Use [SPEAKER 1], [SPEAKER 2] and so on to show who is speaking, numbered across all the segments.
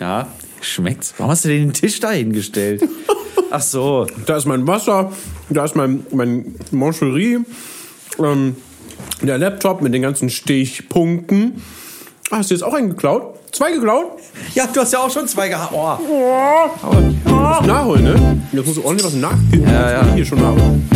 [SPEAKER 1] Ja, schmeckt's. Warum hast du den Tisch da hingestellt? Ach so.
[SPEAKER 2] Da ist mein Wasser, da ist mein, mein Mancherie, ähm, der Laptop mit den ganzen Stichpunkten. Ah, hast du jetzt auch einen geklaut? Zwei geklaut?
[SPEAKER 1] Ja, du hast ja auch schon zwei gehabt. Oh.
[SPEAKER 2] Das nachholen, ne? Jetzt musst du ordentlich was nachkippen.
[SPEAKER 1] Ja, ja.
[SPEAKER 2] Hier schon nachholen.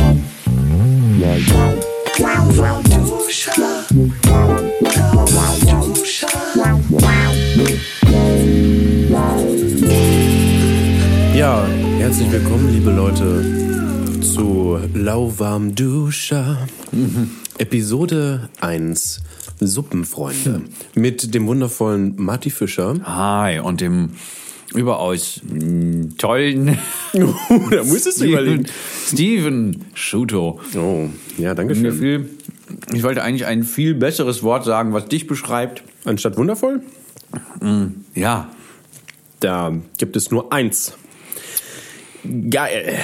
[SPEAKER 3] Ja, herzlich willkommen, liebe Leute, zu Lauwarm Duscher.
[SPEAKER 2] Mhm.
[SPEAKER 3] Episode 1 Suppenfreunde mit dem wundervollen Matti Fischer.
[SPEAKER 1] Hi, und dem überaus mm, tollen
[SPEAKER 2] Oh, da musstest du überlegen.
[SPEAKER 1] Steven, Steven Schuto.
[SPEAKER 3] Oh, ja, danke
[SPEAKER 1] Mir
[SPEAKER 3] schön.
[SPEAKER 1] fiel, ich wollte eigentlich ein viel besseres Wort sagen, was dich beschreibt.
[SPEAKER 2] Anstatt wundervoll,
[SPEAKER 1] Ja,
[SPEAKER 2] da gibt es nur eins. Geil.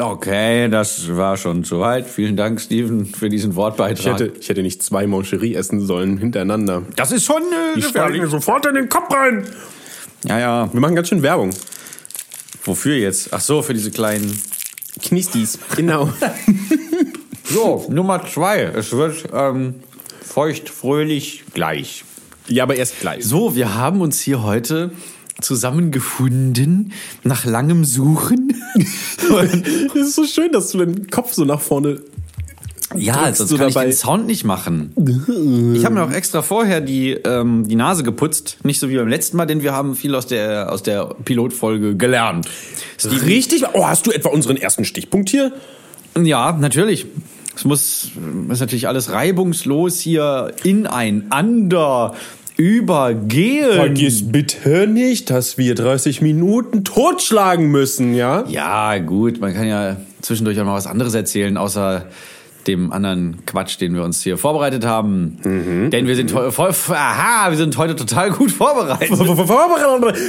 [SPEAKER 1] okay, das war schon zu weit. Vielen Dank, Steven, für diesen
[SPEAKER 2] Ich
[SPEAKER 1] Wortbeitrag.
[SPEAKER 2] hätte, ich hätte nicht zwei Mancherie essen sollen hintereinander.
[SPEAKER 1] das ist schon äh,
[SPEAKER 2] Die steigen mir sofort in den Kopf rein.
[SPEAKER 1] Ja, ja.
[SPEAKER 2] Wir machen ganz schön Werbung.
[SPEAKER 1] Wofür jetzt? Ach so, für diese kleinen.
[SPEAKER 2] Knistis. Genau.
[SPEAKER 1] So, Nummer zwei. Es wird ähm, feucht, fröhlich, gleich.
[SPEAKER 2] ja, aber erst gleich.
[SPEAKER 1] So, wir haben uns hier heute zusammengefunden nach langem Suchen.
[SPEAKER 2] Es ist so schön, dass du den Kopf so nach vorne.
[SPEAKER 1] ja,
[SPEAKER 2] Drückst
[SPEAKER 1] sonst
[SPEAKER 2] du
[SPEAKER 1] kann ich
[SPEAKER 2] dabei-
[SPEAKER 1] den Sound nicht machen. Ich habe mir auch extra vorher die, ähm, die Nase geputzt. Nicht so wie beim letzten Mal, denn wir haben viel aus der, aus der Pilotfolge gelernt.
[SPEAKER 2] Richtig. Oh, hast du etwa unseren ersten Stichpunkt hier?
[SPEAKER 1] Ja, natürlich. Es muss, ist natürlich alles reibungslos hier ineinander
[SPEAKER 2] Ähm.
[SPEAKER 1] übergehen.
[SPEAKER 2] Vergiss bitte nicht, dass wir 30 Minuten totschlagen müssen, ja?
[SPEAKER 1] Ja, gut, man kann ja zwischendurch auch mal was anderes erzählen, außer dem anderen Quatsch, den wir uns hier vorbereitet haben.
[SPEAKER 2] Mhm.
[SPEAKER 1] Denn wir sind, heu- voll, aha, wir sind heute total gut vorbereitet.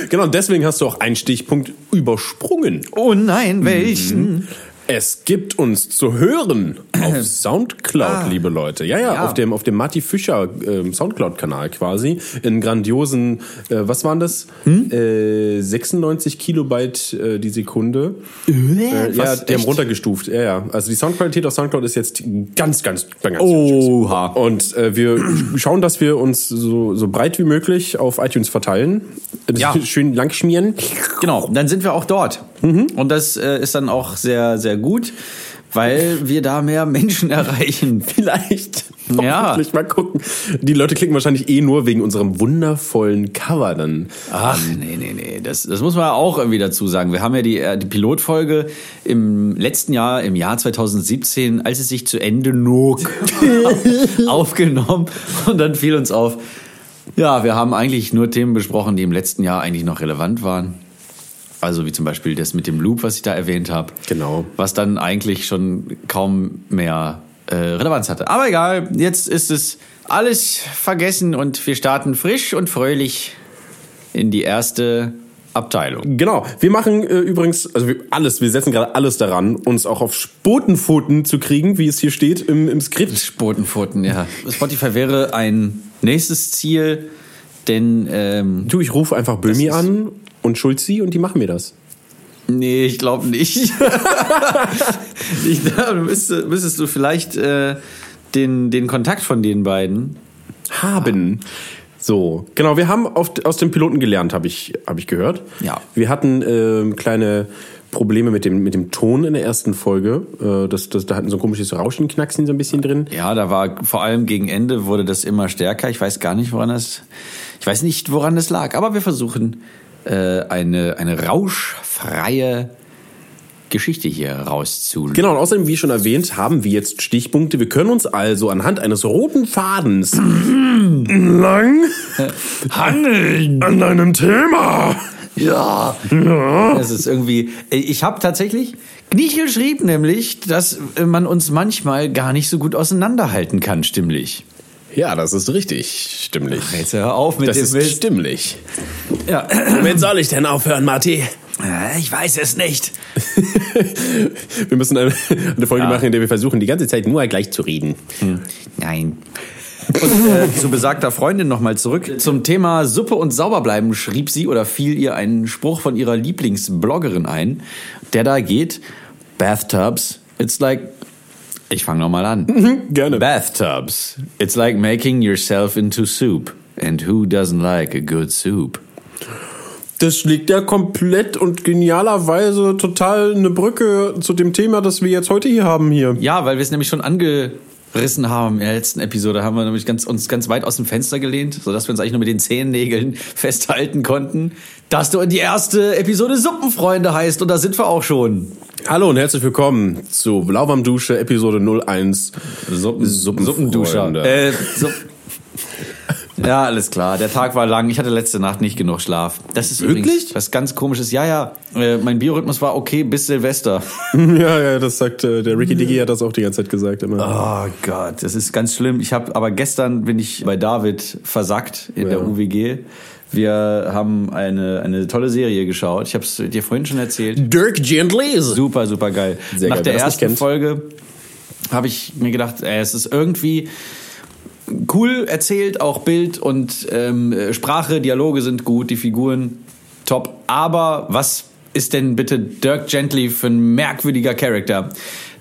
[SPEAKER 2] Genau, und deswegen hast du auch einen Stichpunkt übersprungen.
[SPEAKER 1] Oh nein, welchen?
[SPEAKER 2] Mhm.
[SPEAKER 1] Äh,
[SPEAKER 2] Es gibt uns zu hören auf Soundcloud, liebe Leute. Ja, ja,
[SPEAKER 1] Ja.
[SPEAKER 2] auf dem, auf dem Matti Fischer ähm, Soundcloud-Kanal quasi. In grandiosen, äh, was waren das? Äh, 96 Kilobyte äh, die Sekunde. Äh, ja,
[SPEAKER 1] was?
[SPEAKER 2] die haben
[SPEAKER 1] Echt?
[SPEAKER 2] runtergestuft. Ja, ja. Also die Soundqualität auf Soundcloud ist jetzt ganz, ganz, ganz, ganz
[SPEAKER 1] Oha.
[SPEAKER 2] Und äh, wir schauen, dass wir uns so, so breit wie möglich auf iTunes verteilen. Das
[SPEAKER 1] Ja.
[SPEAKER 2] Schön langschmieren.
[SPEAKER 1] Genau, dann sind wir auch dort.
[SPEAKER 2] Mhm.
[SPEAKER 1] Und das äh, ist dann auch sehr, sehr gut, weil wir da mehr Menschen erreichen.
[SPEAKER 2] Vielleicht.
[SPEAKER 1] Ja.
[SPEAKER 2] Hoffentlich mal gucken. Die Leute klicken wahrscheinlich eh nur wegen unserem wundervollen Cover dann.
[SPEAKER 1] Ach, nee, nee, nee. Das, das muss man auch irgendwie dazu sagen. Wir haben ja die, äh, die Pilotfolge im letzten Jahr, im Jahr 2017, als es sich zu Ende nog aufgenommen und dann fiel uns auf, ja, wir haben eigentlich nur Themen besprochen, die im letzten Jahr eigentlich noch relevant waren. Also wie zum Beispiel das mit dem Loop, was ich da erwähnt habe.
[SPEAKER 2] Genau.
[SPEAKER 1] Was dann eigentlich schon kaum mehr äh, Relevanz hatte. Aber egal, jetzt ist es alles vergessen und wir starten frisch und fröhlich in die erste Abteilung.
[SPEAKER 2] Genau. Wir machen äh, übrigens, also wir, alles, wir setzen gerade alles daran, uns auch auf Spotenpfoten zu kriegen, wie es hier steht im, im Skript.
[SPEAKER 1] Spotenpfoten, ja. Spotify wäre ein nächstes Ziel, denn ähm,
[SPEAKER 2] Du, ich rufe einfach Böhmi
[SPEAKER 1] ist-
[SPEAKER 2] an und Schulzi und die machen mir das.
[SPEAKER 1] nee, ich glaube nicht. ich, da müsste, müsstest du vielleicht äh, den, den Kontakt von den beiden.
[SPEAKER 2] Haben. So, genau, wir haben auf, aus dem Piloten gelernt, habe ich, hab ich gehört.
[SPEAKER 1] Ja.
[SPEAKER 2] Wir hatten ähm, kleine Probleme mit dem, mit dem Ton in der ersten Folge. Äh, das, das, da hatten so ein komisches Rauschen, Knacksen so ein bisschen drin.
[SPEAKER 1] Ja, da war vor allem gegen Ende wurde das immer stärker. Ich weiß gar nicht, woran das. Ich weiß nicht, woran das lag. Aber wir versuchen äh, eine, eine rauschfreie Geschichte hier rauszuholen.
[SPEAKER 2] Genau, und außerdem, wie schon erwähnt, haben wir jetzt Stichpunkte. Wir können uns also anhand eines roten Fadens lang
[SPEAKER 1] Handeln!
[SPEAKER 2] an einem Thema.
[SPEAKER 1] Ja. Das ist irgendwie. Ich habe tatsächlich nicht geschrieben, nämlich, dass man uns manchmal gar nicht so gut auseinanderhalten kann, stimmlich.
[SPEAKER 2] Ja, das ist richtig stimmlich.
[SPEAKER 1] Jetzt hör auf mit
[SPEAKER 2] das
[SPEAKER 1] dem
[SPEAKER 2] ist
[SPEAKER 1] Mist.
[SPEAKER 2] stimmlich.
[SPEAKER 1] Ja.
[SPEAKER 2] Womit soll ich denn aufhören, Marti?
[SPEAKER 1] Ich weiß es nicht.
[SPEAKER 2] Mhm. wir müssen eine, eine Folge machen, in der wir versuchen, die ganze Zeit nur gleich zu reden.
[SPEAKER 1] Nein. Und äh, zu besagter Freundin nochmal zurück. Zum Thema Suppe und sauber bleiben schrieb sie oder fiel ihr einen Spruch von ihrer Lieblingsbloggerin ein, der da geht: Bathtubs, it's like. Ich fange nochmal an.
[SPEAKER 2] Mhm. Gerne.
[SPEAKER 1] Bathtubs, it's like making yourself into soup. And who doesn't like a good soup?
[SPEAKER 2] Das schlägt ja komplett und genialerweise total eine Brücke zu dem Thema, das wir jetzt heute hier haben hier.
[SPEAKER 1] Ja, weil wir es nämlich schon angerissen haben in der letzten Episode, haben wir nämlich ganz, uns ganz weit aus dem Fenster gelehnt, sodass wir uns eigentlich nur mit den Zehennägeln festhalten konnten, dass du in die erste Episode Suppenfreunde heißt und da sind wir auch schon.
[SPEAKER 4] Hallo und herzlich willkommen zu Blauwarm Dusche Episode 01.
[SPEAKER 1] Suppen, Suppenduscher.
[SPEAKER 4] Suppenfreunde.
[SPEAKER 1] Äh, Supp ja, alles klar. Der Tag war lang. Ich hatte letzte Nacht nicht genug Schlaf. Das ist übrigens
[SPEAKER 4] Wirklich?
[SPEAKER 1] was ganz komisches. Ja, ja. Äh, mein Biorhythmus war okay bis Silvester.
[SPEAKER 2] Ja, ja, das sagt äh, der Ricky Diggy hat das auch die ganze Zeit gesagt immer.
[SPEAKER 1] Oh Gott, das ist ganz schlimm. Ich habe, aber gestern bin ich bei David versackt in der UWG. Wir haben eine, eine tolle Serie geschaut. Ich habe es dir vorhin schon erzählt.
[SPEAKER 2] Dirk Gently's.
[SPEAKER 1] Super, super geil.
[SPEAKER 2] Sehr
[SPEAKER 1] Nach
[SPEAKER 2] geil,
[SPEAKER 1] der
[SPEAKER 2] wer das nicht
[SPEAKER 1] ersten
[SPEAKER 2] kennt.
[SPEAKER 1] Folge habe ich mir gedacht, ey, es ist irgendwie cool erzählt, auch Bild und ähm, Sprache, Dialoge sind gut, die Figuren top. Aber was ist denn bitte Dirk Gently für ein merkwürdiger Charakter?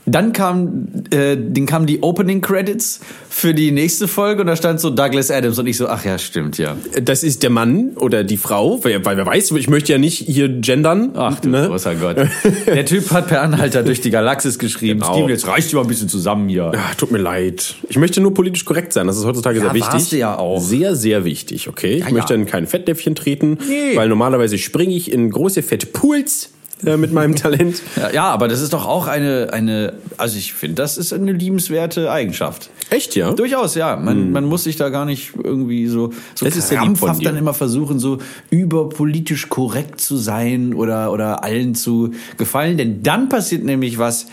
[SPEAKER 1] Dann kam, äh, den kamen die Opening Credits für die nächste Folge und da stand so Douglas Adams und ich so, ach ja, stimmt, ja.
[SPEAKER 2] Das ist der Mann oder die Frau, weil, weil wer weiß, ich möchte ja nicht hier gendern. ne?
[SPEAKER 1] Ach du großer Gott. Der Typ hat per Anhalter durch die Galaxis geschrieben.
[SPEAKER 2] Genau.
[SPEAKER 1] Steven, jetzt reicht dir mal ein bisschen zusammen hier.
[SPEAKER 2] Ah, tut mir leid. Ich möchte nur politisch korrekt sein. Das ist heutzutage
[SPEAKER 1] Ja,
[SPEAKER 2] sehr wichtig.
[SPEAKER 1] warst du ja auch.
[SPEAKER 2] Sehr, sehr wichtig, okay? Ich
[SPEAKER 1] ja.
[SPEAKER 2] möchte in kein Fettnäpfchen treten,
[SPEAKER 1] Nee.
[SPEAKER 2] weil normalerweise springe ich in große Fettpools äh, mit meinem Talent.
[SPEAKER 1] Ja, ja, aber das ist doch auch eine, eine also ich finde, das ist eine liebenswerte Eigenschaft.
[SPEAKER 2] Echt, ja? Hm.
[SPEAKER 1] Durchaus, ja. Man, man muss sich da gar nicht irgendwie so, so
[SPEAKER 2] Das ist sehr lieb von
[SPEAKER 1] krampfhaft
[SPEAKER 2] dir.
[SPEAKER 1] dann immer versuchen, so überpolitisch korrekt zu sein oder, oder allen zu gefallen. Denn dann passiert nämlich was,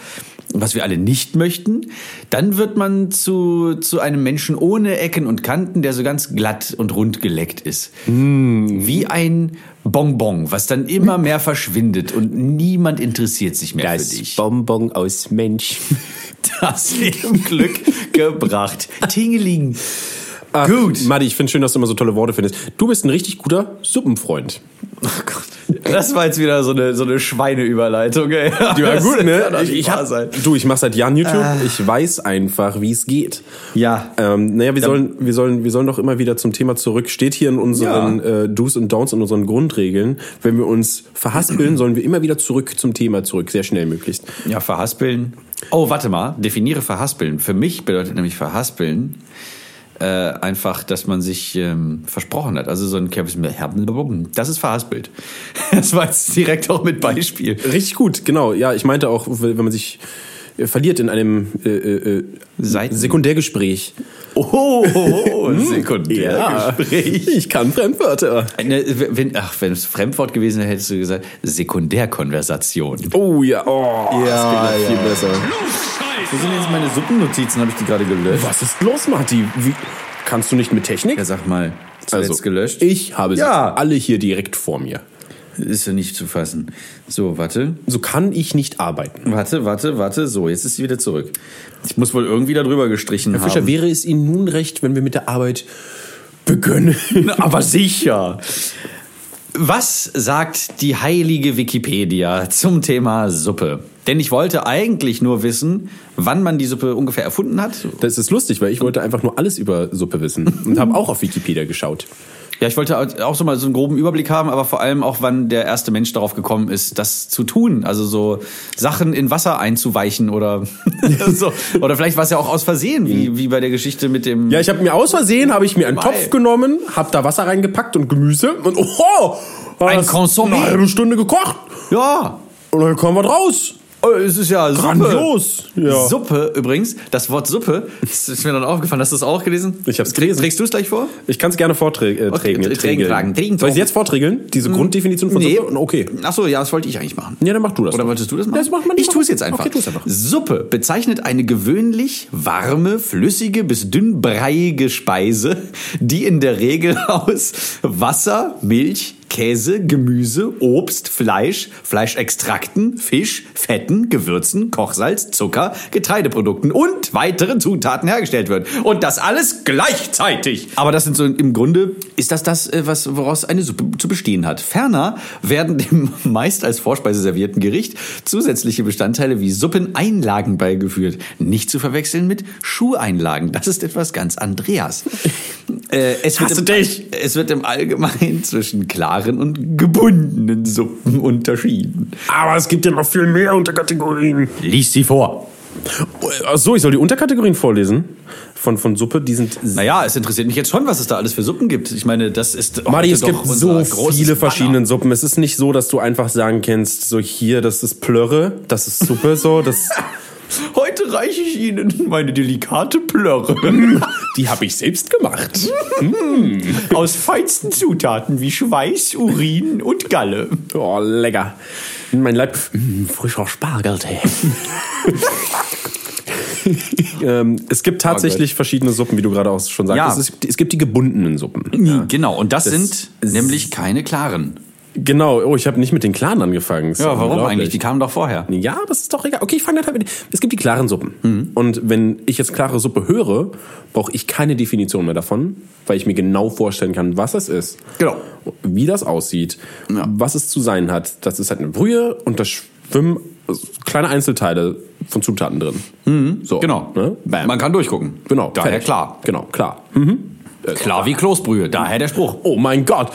[SPEAKER 1] was wir alle nicht möchten. Dann wird man zu, zu einem Menschen ohne Ecken und Kanten, der so ganz glatt und rund geleckt ist.
[SPEAKER 2] Hm.
[SPEAKER 1] Wie ein Bonbon, was dann immer mehr verschwindet und niemand interessiert sich mehr für dich.
[SPEAKER 2] Bonbon aus Mensch.
[SPEAKER 1] Das Leben Glück gebracht. Tingeling. Gut.
[SPEAKER 2] Madi, Ah, ich finde schön, dass du immer so tolle Worte findest. Du bist ein richtig guter Suppenfreund.
[SPEAKER 1] Oh Das war jetzt wieder so eine, so eine Schweineüberleitung, ey.
[SPEAKER 2] Ja,
[SPEAKER 1] Das
[SPEAKER 2] gut,
[SPEAKER 1] kann doch
[SPEAKER 2] ne?
[SPEAKER 1] nicht
[SPEAKER 2] Ich, ich
[SPEAKER 1] wahr
[SPEAKER 2] hab,
[SPEAKER 1] sein.
[SPEAKER 2] du, ich mach seit Jahren YouTube. Ich weiß einfach, wie es geht.
[SPEAKER 1] Ja.
[SPEAKER 2] Ähm, naja, wir sollen, wir sollen, wir sollen doch immer wieder zum Thema zurück. Steht hier in unseren äh, Do's und Don'ts und unseren Grundregeln. Wenn wir uns verhaspeln, sollen wir immer wieder zurück zum Thema zurück, sehr schnell möglichst.
[SPEAKER 1] äh, Ja, verhaspeln. Oh, warte mal. Definiere verhaspeln. Für mich bedeutet nämlich verhaspeln äh, einfach, dass man sich ähm, versprochen hat. Also so ein Das ist verhaspelt. Das war jetzt direkt auch mit Beispiel.
[SPEAKER 2] Richtig gut, genau. Ja, ich meinte auch, wenn man sich äh, verliert in einem äh, äh, äh,
[SPEAKER 1] Seiten-
[SPEAKER 2] Sekundärgespräch.
[SPEAKER 1] Oh,
[SPEAKER 2] Ich kann Fremdwörter.
[SPEAKER 1] Eine, wenn, ach, wenn es Fremdwort gewesen wäre, hättest du gesagt, Sekundärkonversation.
[SPEAKER 2] Oh ja, oh,
[SPEAKER 1] Ja,
[SPEAKER 2] das geht noch viel besser.
[SPEAKER 1] Wo sind jetzt meine Suppennotizen? Habe ich die gerade gelöscht?
[SPEAKER 2] Was ist los, Matti? Wie, kannst du nicht mit Technik?
[SPEAKER 1] Ja, sag mal, zuletzt
[SPEAKER 2] Also,
[SPEAKER 1] gelöscht.
[SPEAKER 2] Ich habe sie
[SPEAKER 1] Ja.
[SPEAKER 2] alle hier direkt vor mir.
[SPEAKER 1] Ist ja nicht zu fassen. So, warte,
[SPEAKER 2] So kann ich nicht arbeiten.
[SPEAKER 1] warte, warte, warte. So, jetzt ist sie wieder zurück. Ich muss wohl irgendwie darüber gestrichen
[SPEAKER 2] Herr Fischer,
[SPEAKER 1] haben.
[SPEAKER 2] wäre es Ihnen nun recht, wenn wir mit der Arbeit beginnen?
[SPEAKER 1] Aber sicher. Was sagt die heilige Wikipedia zum Thema Suppe? Denn ich wollte eigentlich nur wissen, wann man die Suppe ungefähr erfunden hat.
[SPEAKER 2] Das ist lustig, weil ich wollte einfach nur alles über Suppe wissen und habe auch auf Wikipedia geschaut.
[SPEAKER 1] Ja, ich wollte auch so mal so einen groben Überblick haben, aber vor allem auch, wann der erste Mensch darauf gekommen ist, das zu tun. Also so Sachen in Wasser einzuweichen oder so. Oder vielleicht war es ja auch aus Versehen, wie, wie bei der Geschichte mit dem.
[SPEAKER 2] Mhm. Ja, ich habe mir aus Versehen habe ich mir einen
[SPEAKER 1] Mei.
[SPEAKER 2] Topf genommen, habe da Wasser reingepackt und Gemüse und oho,
[SPEAKER 1] Ein
[SPEAKER 2] hast
[SPEAKER 1] Consommé.
[SPEAKER 2] Eine halbe Stunde gekocht
[SPEAKER 1] Ja,
[SPEAKER 2] und dann kommen wir raus.
[SPEAKER 1] äh, es ist ja Suppe.
[SPEAKER 2] Grandios. Ja.
[SPEAKER 1] Suppe übrigens, das Wort Suppe, das ist mir dann aufgefallen. Hast du es auch gelesen?
[SPEAKER 2] Ich hab's
[SPEAKER 1] Trä-
[SPEAKER 2] gelesen.
[SPEAKER 1] Trägst du es gleich vor?
[SPEAKER 2] Ich kann es gerne vorträgen.
[SPEAKER 1] Okay, trägen, tragen, trägen,
[SPEAKER 2] Soll ich jetzt vorträgeln? Diese Grunddefinition von Suppe? Okay.
[SPEAKER 1] Ach so, ja, das wollte ich eigentlich machen.
[SPEAKER 2] Hm. Ja, dann mach du das.
[SPEAKER 1] Oder
[SPEAKER 2] doch.
[SPEAKER 1] wolltest du das machen?
[SPEAKER 2] Das macht man
[SPEAKER 1] ich
[SPEAKER 2] doch.
[SPEAKER 1] tue es jetzt einfach.
[SPEAKER 2] Okay, tu's einfach.
[SPEAKER 1] Suppe bezeichnet eine gewöhnlich warme, flüssige bis dünn breiige Speise, die in der Regel aus Wasser, Milch, Käse, Gemüse, Obst, Fleisch, Fleischextrakten, Fisch, Fetten, Gewürzen, Kochsalz, Zucker, Getreideprodukten und weiteren Zutaten hergestellt wird. Und das alles gleichzeitig. Aber das sind so im Grunde, ist das das, äh, was, woraus eine Suppe zu bestehen hat. Ferner werden dem meist als Vorspeise servierten Gericht zusätzliche Bestandteile wie Suppeneinlagen beigeführt. Nicht zu verwechseln mit Schuheinlagen. Das ist etwas ganz Andreas. Äh, es, wird
[SPEAKER 5] Hasse
[SPEAKER 1] im,
[SPEAKER 5] dich!
[SPEAKER 1] es wird im Allgemeinen zwischen klaren und gebundenen Suppen unterschieden.
[SPEAKER 5] Aber es gibt ja noch viel mehr Unterkategorien.
[SPEAKER 1] Lies sie vor.
[SPEAKER 2] Ach so, ich soll die Unterkategorien vorlesen von, von Suppe. Die sind
[SPEAKER 1] Naja, es interessiert mich jetzt schon, was es da alles für Suppen gibt. Ich meine, das ist
[SPEAKER 2] Mari,
[SPEAKER 1] heute
[SPEAKER 2] es gibt
[SPEAKER 1] doch
[SPEAKER 2] so
[SPEAKER 1] unser großes
[SPEAKER 2] viele
[SPEAKER 1] Banner.
[SPEAKER 2] verschiedene Suppen. Es ist nicht so, dass du einfach sagen kannst, so hier, das ist Plörre, das ist Suppe, so, das,
[SPEAKER 1] Heute reiche ich Ihnen meine delikate Plörre.
[SPEAKER 2] die habe ich selbst gemacht.
[SPEAKER 1] Aus feinsten Zutaten wie Schweiß, Urin und Galle.
[SPEAKER 2] Oh, lecker. Mein Leib, mm, frischer Spargeltee. ähm, es gibt tatsächlich verschiedene Suppen, wie du gerade auch schon sagtest.
[SPEAKER 1] Ja.
[SPEAKER 2] Es, ist, es gibt die gebundenen Suppen.
[SPEAKER 1] Genau, und das,
[SPEAKER 2] Das
[SPEAKER 1] sind
[SPEAKER 2] ist-
[SPEAKER 1] nämlich keine klaren.
[SPEAKER 2] Genau, oh, ich habe nicht mit den klaren angefangen. Ist unglaublich.
[SPEAKER 1] Die kamen doch vorher.
[SPEAKER 2] Ja, aber es ist doch egal. Okay, ich fange dann halt mit. Es gibt die klaren Suppen.
[SPEAKER 1] Mhm.
[SPEAKER 2] Und wenn ich jetzt klare Suppe höre, brauche ich keine Definition mehr davon, weil ich mir genau vorstellen kann, was es ist.
[SPEAKER 1] Genau.
[SPEAKER 2] Wie das aussieht, was es zu sein hat. Das ist halt eine Brühe und da schwimmen kleine Einzelteile von Zutaten drin. So,
[SPEAKER 1] Genau.
[SPEAKER 2] Ne? Bam.
[SPEAKER 1] Man kann durchgucken.
[SPEAKER 2] genau.
[SPEAKER 1] Daher
[SPEAKER 2] fertig.
[SPEAKER 1] klar.
[SPEAKER 2] Genau, klar. Mhm.
[SPEAKER 1] Äh, Klar wie Kloßbrühe, daher der Spruch.
[SPEAKER 2] Oh mein Gott.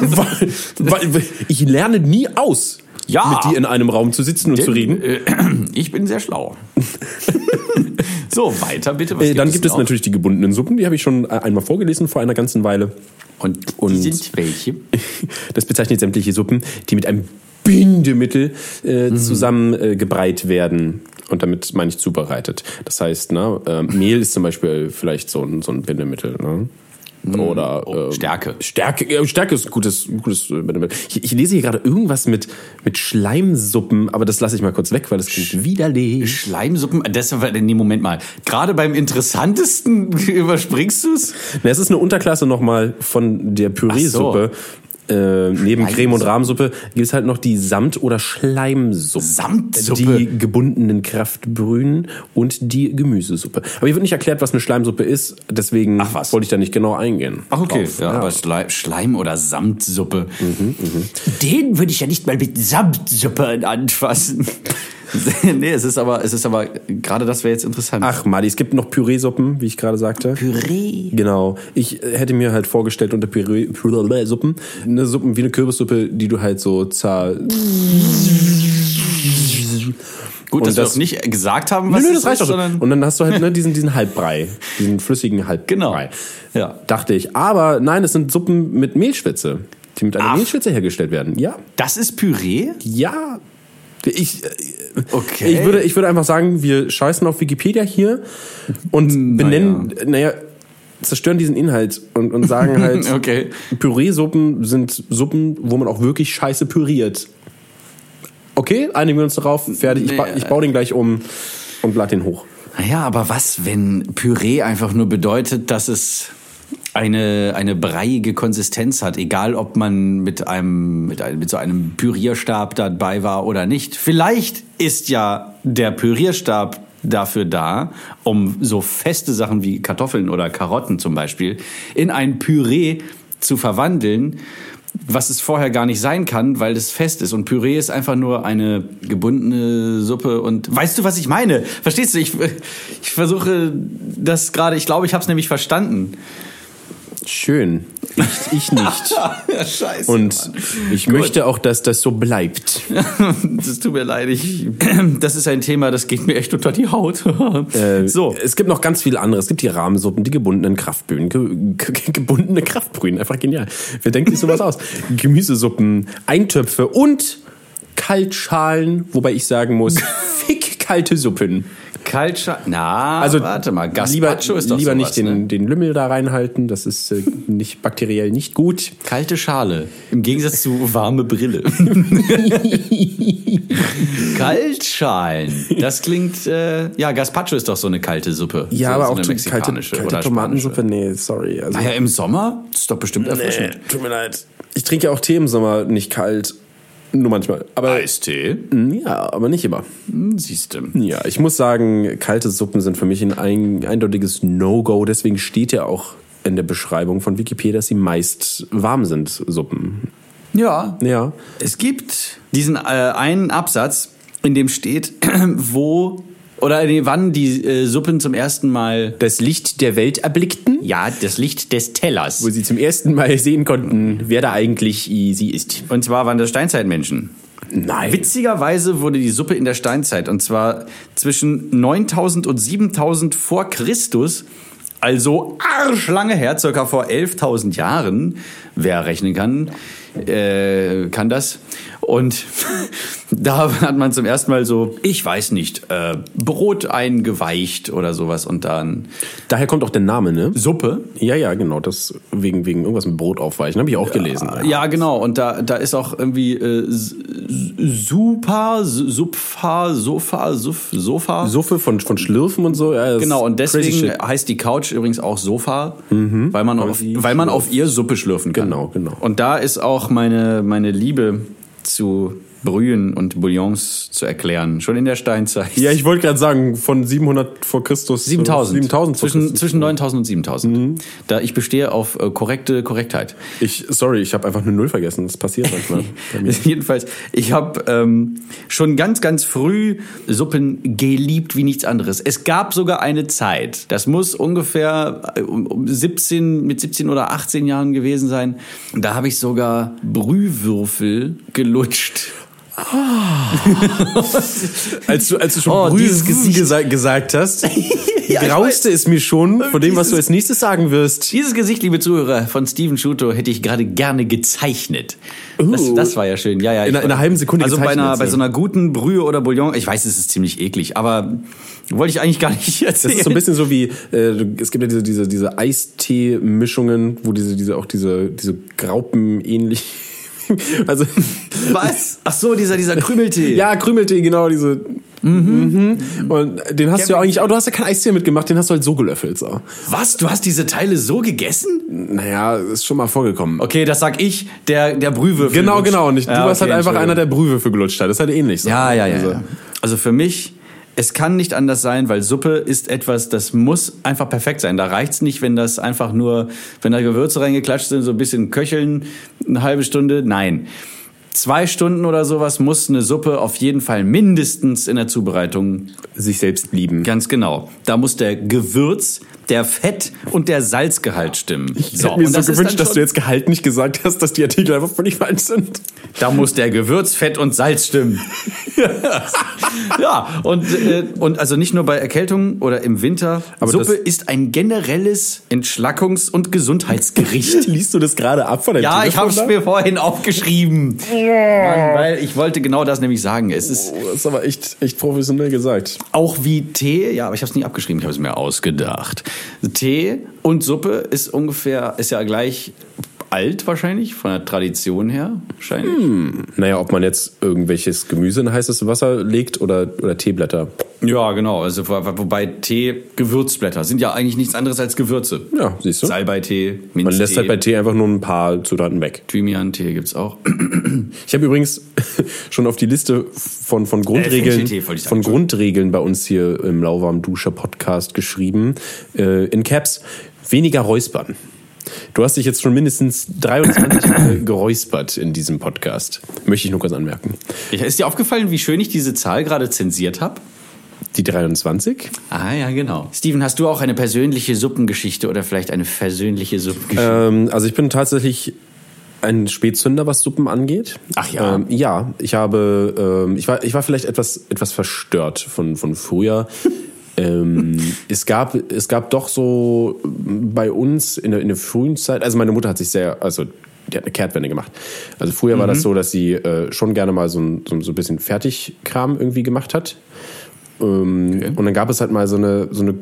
[SPEAKER 2] weil, weil, ich lerne nie aus.
[SPEAKER 1] Ja.
[SPEAKER 2] Mit dir in einem Raum zu sitzen und Äh, zu reden.
[SPEAKER 1] Äh, Ich bin sehr schlau. so, weiter bitte. Was
[SPEAKER 2] Äh, dann gibt es
[SPEAKER 1] noch?
[SPEAKER 2] natürlich die gebundenen Suppen, die habe ich schon äh, einmal vorgelesen vor einer ganzen Weile.
[SPEAKER 1] Und,
[SPEAKER 2] und-
[SPEAKER 1] die sind welche?
[SPEAKER 2] Das bezeichnet sämtliche Suppen, die mit einem Bindemittel äh,
[SPEAKER 1] Mhm.
[SPEAKER 2] zusammengebreit äh, gebreit werden. Und damit meine ich zubereitet. Das heißt, ne, äh, Mehl ist zum Beispiel vielleicht so ein, so ein Bindemittel. Ne? Oder
[SPEAKER 1] Oh,
[SPEAKER 2] äh,
[SPEAKER 1] Stärke.
[SPEAKER 2] Stärke, ja, Stärke ist ein gutes, gutes äh, Bindemittel. Ich, ich lese hier gerade irgendwas mit, mit Schleimsuppen, aber das lasse ich mal kurz weg, weil das klingt widerlich.
[SPEAKER 1] Schleimsuppen? Das war, nee, Moment mal. Gerade beim interessantesten überspringst du es?
[SPEAKER 2] Na, es ist eine Unterklasse nochmal von der Püreesuppe. Äh, neben Creme- und Rahmsuppe gibt es halt noch die Samt- oder Schleimsuppe.
[SPEAKER 1] Samtsuppe?
[SPEAKER 2] Die gebundenen Kraftbrühen und die Gemüsesuppe. Aber hier wird nicht erklärt, was eine Schleimsuppe ist, deswegen
[SPEAKER 1] Ach was.
[SPEAKER 2] wollte ich da nicht genau eingehen.
[SPEAKER 1] Ach, okay.
[SPEAKER 2] Drauf.
[SPEAKER 1] ja,
[SPEAKER 2] Ja.
[SPEAKER 1] ne?
[SPEAKER 2] Mhm,
[SPEAKER 1] aber Schleim, Schleim oder Samtsuppe. Den würde ich ja nicht mal mit Samtsuppe anfassen. nee, es ist aber, es ist aber, gerade das wäre jetzt interessant.
[SPEAKER 2] Ach, Madi, es gibt noch Püreesuppen, wie ich gerade sagte.
[SPEAKER 1] Püree.
[SPEAKER 2] Genau. Ich äh, hätte mir halt vorgestellt unter Püree- Püree-Suppen eine Suppe wie eine Kürbissuppe, die du halt so zer...
[SPEAKER 1] Gut,
[SPEAKER 2] Und
[SPEAKER 1] dass wir
[SPEAKER 2] das-
[SPEAKER 1] das nicht gesagt haben, was
[SPEAKER 2] Nö, nö,
[SPEAKER 1] es
[SPEAKER 2] das reicht
[SPEAKER 1] ist,
[SPEAKER 2] doch schon.
[SPEAKER 1] sondern-
[SPEAKER 2] Und dann hast du halt ne, diesen, diesen Halbbrei, diesen flüssigen Halbbrei.
[SPEAKER 1] Genau. Ja.
[SPEAKER 2] Dachte ich. Aber nein, es sind Suppen mit Mehlschwitze, die mit einer
[SPEAKER 1] Ach.
[SPEAKER 2] Mehlschwitze hergestellt werden. Ja,
[SPEAKER 1] Das ist Püree?
[SPEAKER 2] ja. Ich, äh,
[SPEAKER 1] Okay.
[SPEAKER 2] ich, würde, ich würde einfach sagen, wir scheißen auf Wikipedia hier
[SPEAKER 1] Hm,
[SPEAKER 2] und benennen, naja, zerstören diesen Inhalt und, und sagen halt,
[SPEAKER 1] Okay.
[SPEAKER 2] Püreesuppen sind Suppen, wo man auch wirklich scheiße püriert. Okay, einigen wir uns darauf, fertig. Ich, ba
[SPEAKER 1] Nee, äh,
[SPEAKER 2] ich baue den gleich um und lade den hoch.
[SPEAKER 1] Naja, aber was, wenn Püree einfach nur bedeutet, dass es eine, eine breiige Konsistenz hat, egal ob man mit einem, mit einem, mit so einem Pürierstab dabei war oder nicht. Vielleicht ist ja der Pürierstab dafür da, um so feste Sachen wie Kartoffeln oder Karotten zum Beispiel in ein Püree zu verwandeln, was es vorher gar nicht sein kann, weil es fest ist. Und Püree ist einfach nur eine gebundene Suppe. Und weißt du, was ich meine? Verstehst du? Ich, ich versuche das gerade. Ich glaube, ich habe es nämlich verstanden.
[SPEAKER 2] Schön. Ich, ich nicht.
[SPEAKER 1] Scheiße.
[SPEAKER 2] Und ich möchte auch, dass das so bleibt.
[SPEAKER 1] das tut mir leid. Ich, das ist ein Thema, das geht mir echt unter die Haut. so.
[SPEAKER 2] Äh, Es gibt noch ganz viele andere. Es gibt die Rahmensuppen, die gebundenen Kraftbühnen. Ge ge gebundene Kraftbrühen. Einfach genial. Wer denkt sich sowas aus? Gemüsesuppen, Eintöpfe und Kaltschalen, wobei ich sagen muss, fick kalte Suppen.
[SPEAKER 1] Kaltscha. Na, also,
[SPEAKER 2] Also
[SPEAKER 1] warte mal.
[SPEAKER 2] lieber,
[SPEAKER 1] Gazpacho ist doch
[SPEAKER 2] lieber
[SPEAKER 1] sowas,
[SPEAKER 2] nicht den,
[SPEAKER 1] ne?
[SPEAKER 2] den Lümmel da reinhalten. Das ist äh, nicht bakteriell nicht gut.
[SPEAKER 1] Kalte Schale. Im Gegensatz zu warme Brille. Kaltschalen. Das klingt. Äh, ja, Gazpacho ist doch so eine kalte Suppe.
[SPEAKER 2] Ja,
[SPEAKER 1] so,
[SPEAKER 2] aber
[SPEAKER 1] so
[SPEAKER 2] auch
[SPEAKER 1] eine
[SPEAKER 2] die kalte,
[SPEAKER 1] mexikanische
[SPEAKER 2] kalte
[SPEAKER 1] oder spanische. Ah
[SPEAKER 2] Tomatensuppe. Nee, sorry. Also,
[SPEAKER 1] Naja, im Sommer ist doch bestimmt erfrischend.
[SPEAKER 2] tut mir leid. Ich trinke ja auch Tee im Sommer nicht kalt. Nur manchmal. Aber
[SPEAKER 1] Eistee?
[SPEAKER 2] ja, aber nicht immer.
[SPEAKER 1] Hm, Siehst du.
[SPEAKER 2] Ja, ich muss sagen, kalte Suppen sind für mich ein ein- eindeutiges No-Go. Deswegen steht ja auch in der Beschreibung von Wikipedia, dass sie meist warm sind, Suppen.
[SPEAKER 1] Ja.
[SPEAKER 2] Ja.
[SPEAKER 1] Es gibt diesen äh, einen Absatz, in dem steht, wo oder nee, wann die äh, Suppen zum ersten Mal
[SPEAKER 2] Das Licht der Welt erblickten,
[SPEAKER 1] ja, das Licht des Tellers.
[SPEAKER 2] wo sie zum ersten Mal sehen konnten, wer da eigentlich i- sie ist.
[SPEAKER 1] Und zwar waren das Steinzeitmenschen.
[SPEAKER 2] Nein.
[SPEAKER 1] Witzigerweise wurde die Suppe in der Steinzeit, und zwar zwischen 9000 und 7000 vor Christus, also arschlange her, circa vor 11.000 Jahren, wer rechnen kann, äh, kann das. Und da hat man zum ersten Mal so, ich weiß nicht, äh, Brot eingeweicht oder sowas und dann
[SPEAKER 2] Daher kommt auch der Name, ne?
[SPEAKER 1] Suppe.
[SPEAKER 2] Ja, ja, genau. Das wegen, wegen irgendwas mit Brot aufweichen, habe ich auch gelesen.
[SPEAKER 1] Ja, genau. Und da, da ist auch irgendwie äh, s- s- super, su- supfa, sofa, suf, sofa.
[SPEAKER 2] Suffe von, von Schlürfen und so. Ja, das
[SPEAKER 1] Genau, und
[SPEAKER 2] ist crazy
[SPEAKER 1] deswegen
[SPEAKER 2] shit. Mhm.
[SPEAKER 1] heißt die Couch übrigens auch Sofa, weil, man auf,
[SPEAKER 2] sie
[SPEAKER 1] weil man auf ihr Suppe schlürfen kann.
[SPEAKER 2] Genau, genau.
[SPEAKER 1] Und da ist auch meine, meine Liebe zu Brühen und Bouillons zu erklären, schon in der Steinzeit.
[SPEAKER 2] Ja, ich wollte gerade sagen, von 700 vor Christus.
[SPEAKER 1] 7000.
[SPEAKER 2] 7000 vor
[SPEAKER 1] zwischen,
[SPEAKER 2] Christus.
[SPEAKER 1] zwischen 9000 und 7000.
[SPEAKER 2] Mhm.
[SPEAKER 1] Da ich bestehe auf äh, korrekte Korrektheit.
[SPEAKER 2] Ich, sorry, ich habe einfach eine Null vergessen. Das passiert manchmal. bei mir.
[SPEAKER 1] Jedenfalls, ich habe ähm, schon ganz, ganz früh Suppen geliebt wie nichts anderes. Es gab sogar eine Zeit, das muss ungefähr äh, um- um 17, mit 17 oder 18 Jahren gewesen sein, da habe ich sogar Brühwürfel gelutscht.
[SPEAKER 2] als du, als du schon
[SPEAKER 1] Oh,
[SPEAKER 2] Brühe
[SPEAKER 1] dieses Gesicht.
[SPEAKER 2] gesa gesagt hast,
[SPEAKER 1] ich
[SPEAKER 2] grauste es mir schon von dem, was du
[SPEAKER 1] Dieses-
[SPEAKER 2] als nächstes sagen wirst.
[SPEAKER 1] Dieses Gesicht, liebe Zuhörer, von Steven Schuto hätte ich gerade gerne gezeichnet. Das,
[SPEAKER 2] Uh.
[SPEAKER 1] das war ja schön. Ja, ja,
[SPEAKER 2] In
[SPEAKER 1] ich-
[SPEAKER 2] einer- in einer halben Sekunde
[SPEAKER 1] Also bei,
[SPEAKER 2] gezeichnet,
[SPEAKER 1] einer, bei
[SPEAKER 2] so.
[SPEAKER 1] so einer guten Brühe oder Bouillon, ich weiß, es ist ziemlich eklig, aber wollte ich eigentlich gar nicht
[SPEAKER 2] Das
[SPEAKER 1] erzählen.
[SPEAKER 2] ist so ein bisschen so wie, äh, du- es gibt ja diese, diese, diese Eistee-Mischungen, wo diese, diese, auch diese, diese Graupen ähnlich. Also,
[SPEAKER 1] Was? Ach so, dieser, dieser Krümeltee.
[SPEAKER 2] ja, Krümeltee, genau, diese. Mhm. Und den hast du ja eigentlich auch, du hast ja kein Eistee mitgemacht, den hast du halt so gelöffelt. So.
[SPEAKER 1] Was? Du hast diese Teile so gegessen?
[SPEAKER 2] Naja, ist schon mal vorgekommen.
[SPEAKER 1] Okay, das sag ich, der, der Brühwürfel.
[SPEAKER 2] Genau,
[SPEAKER 1] Lutsch.
[SPEAKER 2] genau. Und ich,
[SPEAKER 1] Ja,
[SPEAKER 2] du warst
[SPEAKER 1] okay,
[SPEAKER 2] halt einfach einer,
[SPEAKER 1] Entschuldigung.
[SPEAKER 2] der Brühwürfel gelutscht hat. Das ist halt ähnlich. So.
[SPEAKER 1] Ja, ja, ja,
[SPEAKER 2] Also,
[SPEAKER 1] ja. Also für mich, es kann nicht anders sein, weil Suppe ist etwas, das muss einfach perfekt sein. Da reicht's nicht, wenn das einfach nur, wenn da Gewürze reingeklatscht sind, so ein bisschen köcheln, eine halbe Stunde. Nein. Zwei Stunden oder sowas muss eine Suppe auf jeden Fall mindestens in der Zubereitung
[SPEAKER 2] Sich selbst lieben.
[SPEAKER 1] Ganz genau. Da muss der Gewürz, der Fett und der Salzgehalt stimmen.
[SPEAKER 2] Ich hätte
[SPEAKER 1] und
[SPEAKER 2] mir so
[SPEAKER 1] das ist
[SPEAKER 2] gewünscht,
[SPEAKER 1] dann
[SPEAKER 2] dass du
[SPEAKER 1] schon-
[SPEAKER 2] jetzt Gehalt nicht gesagt hast, dass die Artikel einfach völlig falsch sind.
[SPEAKER 1] Da muss der Gewürz, Fett und Salz stimmen. ja, und, äh, und also nicht nur bei Erkältungen oder im Winter.
[SPEAKER 2] Aber
[SPEAKER 1] Suppe
[SPEAKER 2] das-
[SPEAKER 1] ist ein generelles Entschlackungs- und Gesundheitsgericht.
[SPEAKER 2] Liest du das gerade ab von deinem
[SPEAKER 1] Ja, ich habe
[SPEAKER 2] Telefon
[SPEAKER 1] es
[SPEAKER 2] da?
[SPEAKER 1] mir vorhin aufgeschrieben. Mann, weil ich wollte genau das nämlich sagen. Es ist
[SPEAKER 2] Oh, Das ist aber echt, echt professionell gesagt.
[SPEAKER 1] Auch wie Tee, ja, aber ich habe es nicht abgeschrieben, ich habe es mir ausgedacht. Tee und Suppe ist ungefähr, ist ja gleich alt wahrscheinlich, von der Tradition her wahrscheinlich.
[SPEAKER 2] Hm. Naja, ob man jetzt irgendwelches Gemüse in heißes Wasser legt oder, oder Teeblätter.
[SPEAKER 1] Ja, genau. Also wo- wobei Tee, Gewürzblätter sind ja eigentlich nichts anderes als Gewürze.
[SPEAKER 2] Ja, siehst du.
[SPEAKER 1] Salbeitee, Minztee,
[SPEAKER 2] Man lässt halt bei Tee einfach nur ein paar Zutaten weg.
[SPEAKER 1] Thymian-Tee gibt's auch.
[SPEAKER 2] Ich habe übrigens schon auf die Liste von, von Grundregeln,
[SPEAKER 1] Fencheltee Äh, wollte ich sagen,
[SPEAKER 2] von Grundregeln bei uns hier im Lauwarm Duscher Podcast geschrieben, äh, in Caps, weniger räuspern. Du hast dich jetzt schon mindestens 23 Mal geräuspert in diesem Podcast. Möchte ich nur kurz anmerken.
[SPEAKER 1] Ich- Ist dir aufgefallen, wie schön ich diese Zahl gerade zensiert habe?
[SPEAKER 2] Die 23?
[SPEAKER 1] Ah ja, genau. Steven, hast du auch eine persönliche Suppengeschichte oder vielleicht eine versöhnliche Suppengeschichte?
[SPEAKER 2] Ähm, also ich bin tatsächlich ein Spätzünder, was Suppen angeht.
[SPEAKER 1] Ach ja.
[SPEAKER 2] Ähm, ja, ich habe, ähm, ich war, ich war vielleicht etwas, etwas verstört von, von früher. ähm, es gab, es gab doch so ähm, bei uns in der, in der frühen Zeit, also meine Mutter hat sich sehr, also die hat eine Kehrtwende gemacht. Also früher war
[SPEAKER 1] Mhm.
[SPEAKER 2] das so, dass sie äh, schon gerne mal so ein, so, ein- so ein bisschen Fertigkram irgendwie gemacht hat. Ähm, Und dann gab es halt mal so eine, so eine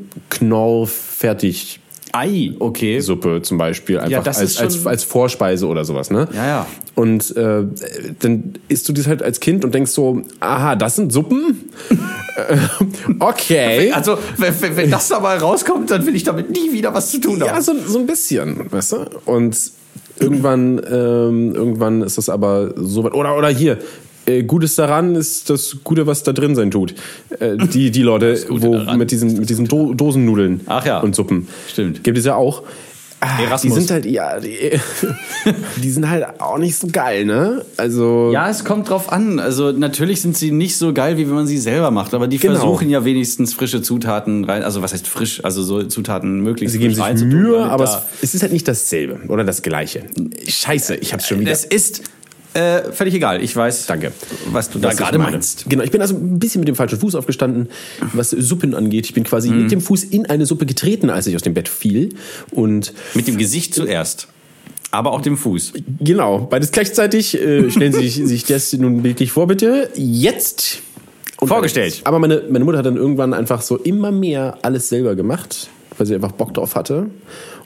[SPEAKER 2] Knorr-Fertig-
[SPEAKER 1] Ei, okay.
[SPEAKER 2] Suppe zum Beispiel, einfach
[SPEAKER 1] das
[SPEAKER 2] als,
[SPEAKER 1] ist schon-
[SPEAKER 2] als, als Vorspeise oder sowas, ne?
[SPEAKER 1] Ja, ja.
[SPEAKER 2] Und äh, dann isst du das halt als Kind und denkst so, aha, das sind Suppen? Äh, okay.
[SPEAKER 1] Also, wenn, wenn, wenn das dabei rauskommt, dann will ich damit nie wieder was zu tun haben.
[SPEAKER 2] Ja, so, so ein bisschen, weißt du? Und Irgendwann, ähm, irgendwann ist das aber so weit. Oder, oder hier. äh, Gutes daran ist das Gute, was da drin sein tut. Äh, die, die Leute,
[SPEAKER 1] Gute
[SPEAKER 2] wo
[SPEAKER 1] daran
[SPEAKER 2] mit diesen, mit diesen Do Dosennudeln
[SPEAKER 1] Ach ja.
[SPEAKER 2] und Suppen.
[SPEAKER 1] Stimmt.
[SPEAKER 2] Gibt es ja auch. Ah,
[SPEAKER 1] Erasmus.
[SPEAKER 2] Die sind halt, ja, die, die sind halt auch nicht so geil, ne? Also.
[SPEAKER 1] Ja, es kommt drauf an. Also natürlich sind sie nicht so geil, wie wenn man sie selber macht, aber die
[SPEAKER 2] Genau.
[SPEAKER 1] versuchen ja wenigstens frische Zutaten rein. Also was heißt frisch? Also so Zutaten möglichst
[SPEAKER 2] Sie geben
[SPEAKER 1] frisch
[SPEAKER 2] sich
[SPEAKER 1] reinzutun,
[SPEAKER 2] Mühe,
[SPEAKER 1] damit
[SPEAKER 2] aber es,
[SPEAKER 1] da-
[SPEAKER 2] es ist halt nicht dasselbe oder das gleiche. Scheiße, ich hab's schon wieder.
[SPEAKER 1] es ist äh, völlig egal. Ich weiß,
[SPEAKER 2] Danke.
[SPEAKER 1] was du da
[SPEAKER 2] was ich
[SPEAKER 1] gerade
[SPEAKER 2] meine.
[SPEAKER 1] meinst.
[SPEAKER 2] Genau, ich bin also ein bisschen mit dem falschen Fuß aufgestanden, was Suppen angeht. Ich bin quasi mit dem Fuß in eine Suppe getreten, als ich aus dem Bett fiel. Und
[SPEAKER 1] Mit dem Gesicht zuerst, aber auch dem Fuß.
[SPEAKER 2] genau, beides gleichzeitig. Äh, stellen Sie sich, sich das nun bildlich vor, bitte. Jetzt. Und
[SPEAKER 1] Vorgestellt.
[SPEAKER 2] Aber meine, meine Mutter hat dann irgendwann einfach so immer mehr alles selber gemacht, weil sie einfach Bock drauf hatte.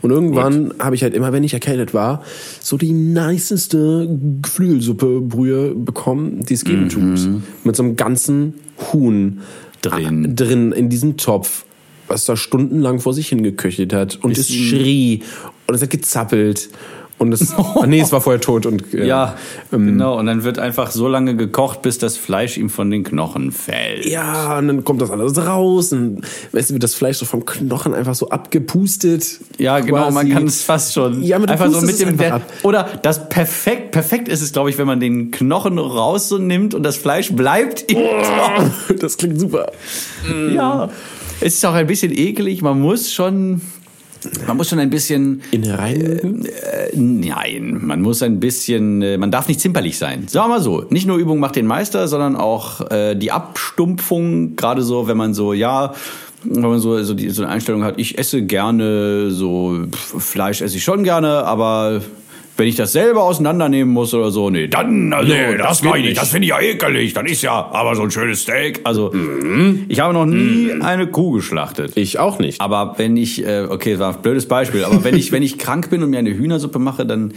[SPEAKER 2] Und irgendwann habe ich halt immer, wenn ich erkältet war, so die niceste Geflügelsuppe, Brühe bekommen, die es
[SPEAKER 1] Mhm.
[SPEAKER 2] geben tut. Mit so einem ganzen Huhn
[SPEAKER 1] Drin.
[SPEAKER 2] Ah, drin in diesem Topf, was da stundenlang vor sich hingeköchelt hat und es schrie und es hat gezappelt. Und es, ah, nee, es war vorher tot und äh,
[SPEAKER 1] Ja, genau. Und dann wird einfach so lange gekocht, bis das Fleisch ihm von den Knochen fällt.
[SPEAKER 2] Ja, und dann kommt das alles raus und weißt du, wird das Fleisch so vom Knochen einfach so abgepustet.
[SPEAKER 1] Ja, genau, man
[SPEAKER 2] quasi.
[SPEAKER 1] kann es fast schon.
[SPEAKER 2] Ja, aber du
[SPEAKER 1] einfach so mit
[SPEAKER 2] pustest
[SPEAKER 1] dem
[SPEAKER 2] es einfach
[SPEAKER 1] der,
[SPEAKER 2] ab.
[SPEAKER 1] Oder das perfekt, perfekt ist es, glaube ich, wenn man den Knochen raus so nimmt und das Fleisch bleibt. im
[SPEAKER 2] Oh.
[SPEAKER 1] Topf.
[SPEAKER 2] Das klingt super.
[SPEAKER 1] Ja. Es ist auch ein bisschen eklig, man muss schon. Man muss schon ein bisschen.
[SPEAKER 2] In rein.
[SPEAKER 1] Äh, nein, man muss ein bisschen. Äh, man darf nicht zimperlich sein. Sagen wir mal so. Nicht nur Übung macht den Meister, sondern auch äh, die Abstumpfung, gerade so, wenn man so, ja. Wenn man so, so, die, so eine Einstellung hat, ich esse gerne, so pf, Fleisch esse ich schon gerne, aber wenn ich das selber auseinandernehmen muss oder so, nee, dann, also,
[SPEAKER 6] Nee, das
[SPEAKER 1] mach
[SPEAKER 6] geht nicht.
[SPEAKER 1] das finde ich ja ekelig, dann ist ja aber so ein schönes Steak. Mhm. Also, ich habe noch nie eine Kuh geschlachtet.
[SPEAKER 2] Ich auch nicht.
[SPEAKER 1] Aber wenn ich, äh, okay, war ein blödes Beispiel, aber wenn ich, wenn ich krank bin und mir eine Hühnersuppe mache, dann,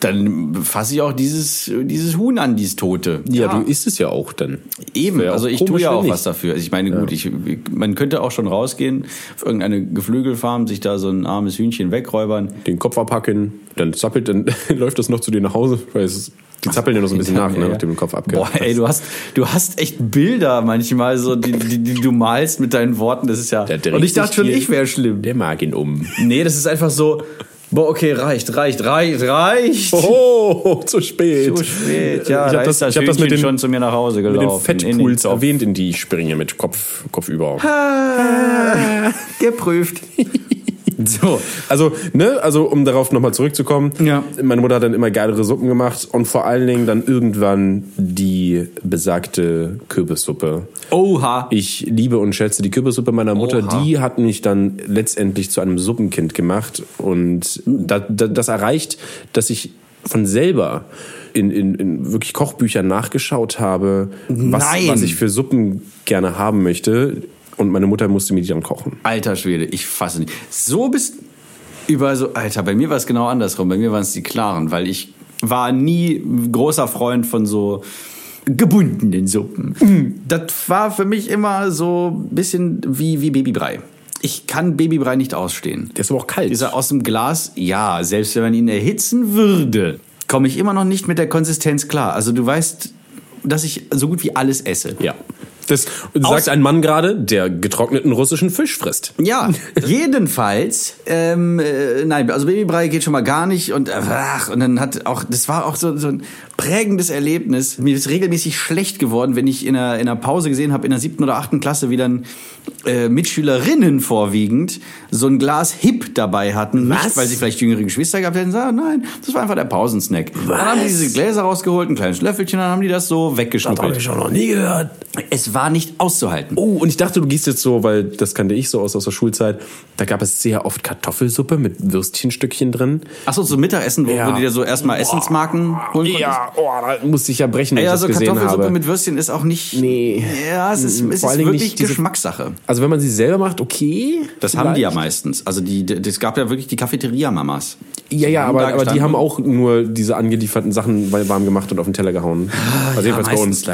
[SPEAKER 1] dann fasse ich auch dieses, dieses Huhn an, dieses Tote.
[SPEAKER 2] ja, du isst es ja auch dann.
[SPEAKER 1] Eben,
[SPEAKER 2] Wär auch
[SPEAKER 1] also ich
[SPEAKER 2] komisch,
[SPEAKER 1] tue ja
[SPEAKER 2] wenn
[SPEAKER 1] auch
[SPEAKER 2] nicht.
[SPEAKER 1] was dafür. Also ich meine, gut, ich, man könnte auch schon rausgehen auf irgendeine Geflügelfarm, sich da so ein armes Hühnchen wegräubern.
[SPEAKER 2] Den Kopf abhacken, dann zappelt, dann läuft das noch zu dir nach Hause, weil es, die zappeln ja noch so ein bisschen nach, ne, nachdem du den Kopf
[SPEAKER 1] Boah,
[SPEAKER 2] abgehackt
[SPEAKER 1] ey, du hast, du hast echt Bilder manchmal so, die, die, die du malst mit deinen Worten. Das ist ja.
[SPEAKER 2] Der dreht
[SPEAKER 1] Und ich dachte
[SPEAKER 2] sich
[SPEAKER 1] schon,
[SPEAKER 2] hier-
[SPEAKER 1] ich wäre schlimm.
[SPEAKER 2] Der mag ihn um.
[SPEAKER 1] Nee, das ist einfach so. Boah, okay, reicht, reicht, reicht, reicht.
[SPEAKER 2] Oh, zu spät.
[SPEAKER 1] Zu spät, ja.
[SPEAKER 2] ich
[SPEAKER 1] da
[SPEAKER 2] habe das,
[SPEAKER 1] ist das,
[SPEAKER 2] ich hab das mit
[SPEAKER 1] Hühnchen
[SPEAKER 2] den,
[SPEAKER 1] schon zu mir nach Hause
[SPEAKER 2] mit den
[SPEAKER 1] gelaufen. in den
[SPEAKER 2] Fettpools
[SPEAKER 1] Topf.
[SPEAKER 2] erwähnt, in die ich springe mit Kopf, Kopf über.
[SPEAKER 1] Ah, geprüft. so.
[SPEAKER 2] Also, ne, also um darauf nochmal zurückzukommen,
[SPEAKER 1] Ja.
[SPEAKER 2] meine Mutter hat dann immer geilere Suppen gemacht und vor allen Dingen dann irgendwann die besagte Kürbissuppe.
[SPEAKER 1] Oha.
[SPEAKER 2] Ich liebe und schätze die Kürbissuppe meiner Mutter,
[SPEAKER 1] Oha.
[SPEAKER 2] die hat mich dann letztendlich zu einem Suppenkind gemacht und da, da, das erreicht, dass ich von selber in, in, in wirklich Kochbüchern nachgeschaut habe, was,
[SPEAKER 1] Nein.
[SPEAKER 2] was ich für Suppen gerne haben möchte. Und meine Mutter musste mir die dann kochen.
[SPEAKER 1] Alter Schwede, ich fasse nicht. So bist über so. Alter, bei mir war es genau andersrum. Bei mir waren es die Klaren, weil ich war nie ein großer Freund von so gebundenen Suppen.
[SPEAKER 2] Mhm.
[SPEAKER 1] Das war für mich immer so ein bisschen wie, wie Babybrei. Ich kann Babybrei nicht ausstehen.
[SPEAKER 2] Der ist aber auch kalt.
[SPEAKER 1] Dieser aus dem Glas, ja, selbst wenn man ihn erhitzen würde, komme ich immer noch nicht mit der Konsistenz klar. Also du weißt, dass ich so gut wie alles esse.
[SPEAKER 2] Ja. Das sagt ein Mann gerade, der getrockneten russischen Fisch frisst.
[SPEAKER 1] Ja, jedenfalls, ähm, äh, nein, also Babybrei geht schon mal gar nicht und äh, ach, und dann hat auch, das war auch so, so ein prägendes Erlebnis. Mir ist regelmäßig schlecht geworden, wenn ich in einer, in einer Pause gesehen habe, in der siebten oder achten Klasse, wie dann äh, Mitschülerinnen vorwiegend so ein Glas Hip dabei hatten. Nicht,
[SPEAKER 2] Was?
[SPEAKER 1] weil sie vielleicht jüngere Geschwister gehabt hätten, sondern nein, das war einfach der Pausensnack. Dann haben die diese Gläser rausgeholt, ein kleines Löffelchen, dann haben die das so weggeschnuppelt.
[SPEAKER 2] schon noch nie gehört.
[SPEAKER 1] Es war nicht auszuhalten.
[SPEAKER 2] Oh, und ich dachte, du gehst jetzt so, weil das kannte ich so aus, aus der Schulzeit. Da gab es sehr oft Kartoffelsuppe mit Würstchenstückchen drin.
[SPEAKER 1] Achso, zum Mittagessen, wo,
[SPEAKER 2] Ja.
[SPEAKER 1] wo die da so erstmal Essensmarken holen konntest?
[SPEAKER 2] oh, da musste ich ja brechen, wenn
[SPEAKER 1] Ja,
[SPEAKER 2] ich
[SPEAKER 1] so
[SPEAKER 2] das gesehen
[SPEAKER 1] Kartoffelsuppe
[SPEAKER 2] habe.
[SPEAKER 1] mit Würstchen ist auch nicht.
[SPEAKER 2] Nee.
[SPEAKER 1] Ja, es ist,
[SPEAKER 2] Mm,
[SPEAKER 1] es
[SPEAKER 2] vor
[SPEAKER 1] ist
[SPEAKER 2] allen Dingen
[SPEAKER 1] wirklich
[SPEAKER 2] nicht diese-
[SPEAKER 1] Geschmackssache.
[SPEAKER 2] also wenn man sie selber macht, okay.
[SPEAKER 1] Das haben die ja
[SPEAKER 2] vielleicht.
[SPEAKER 1] meistens. Also die, die- es gab ja wirklich die Cafeteria-Mamas.
[SPEAKER 2] Ja, ja, aber,
[SPEAKER 1] da
[SPEAKER 2] aber die
[SPEAKER 1] gestanden.
[SPEAKER 2] haben auch
[SPEAKER 1] Also
[SPEAKER 2] nur diese angelieferten Sachen warm gemacht und auf den Teller gehauen. Also
[SPEAKER 1] Ah, meistens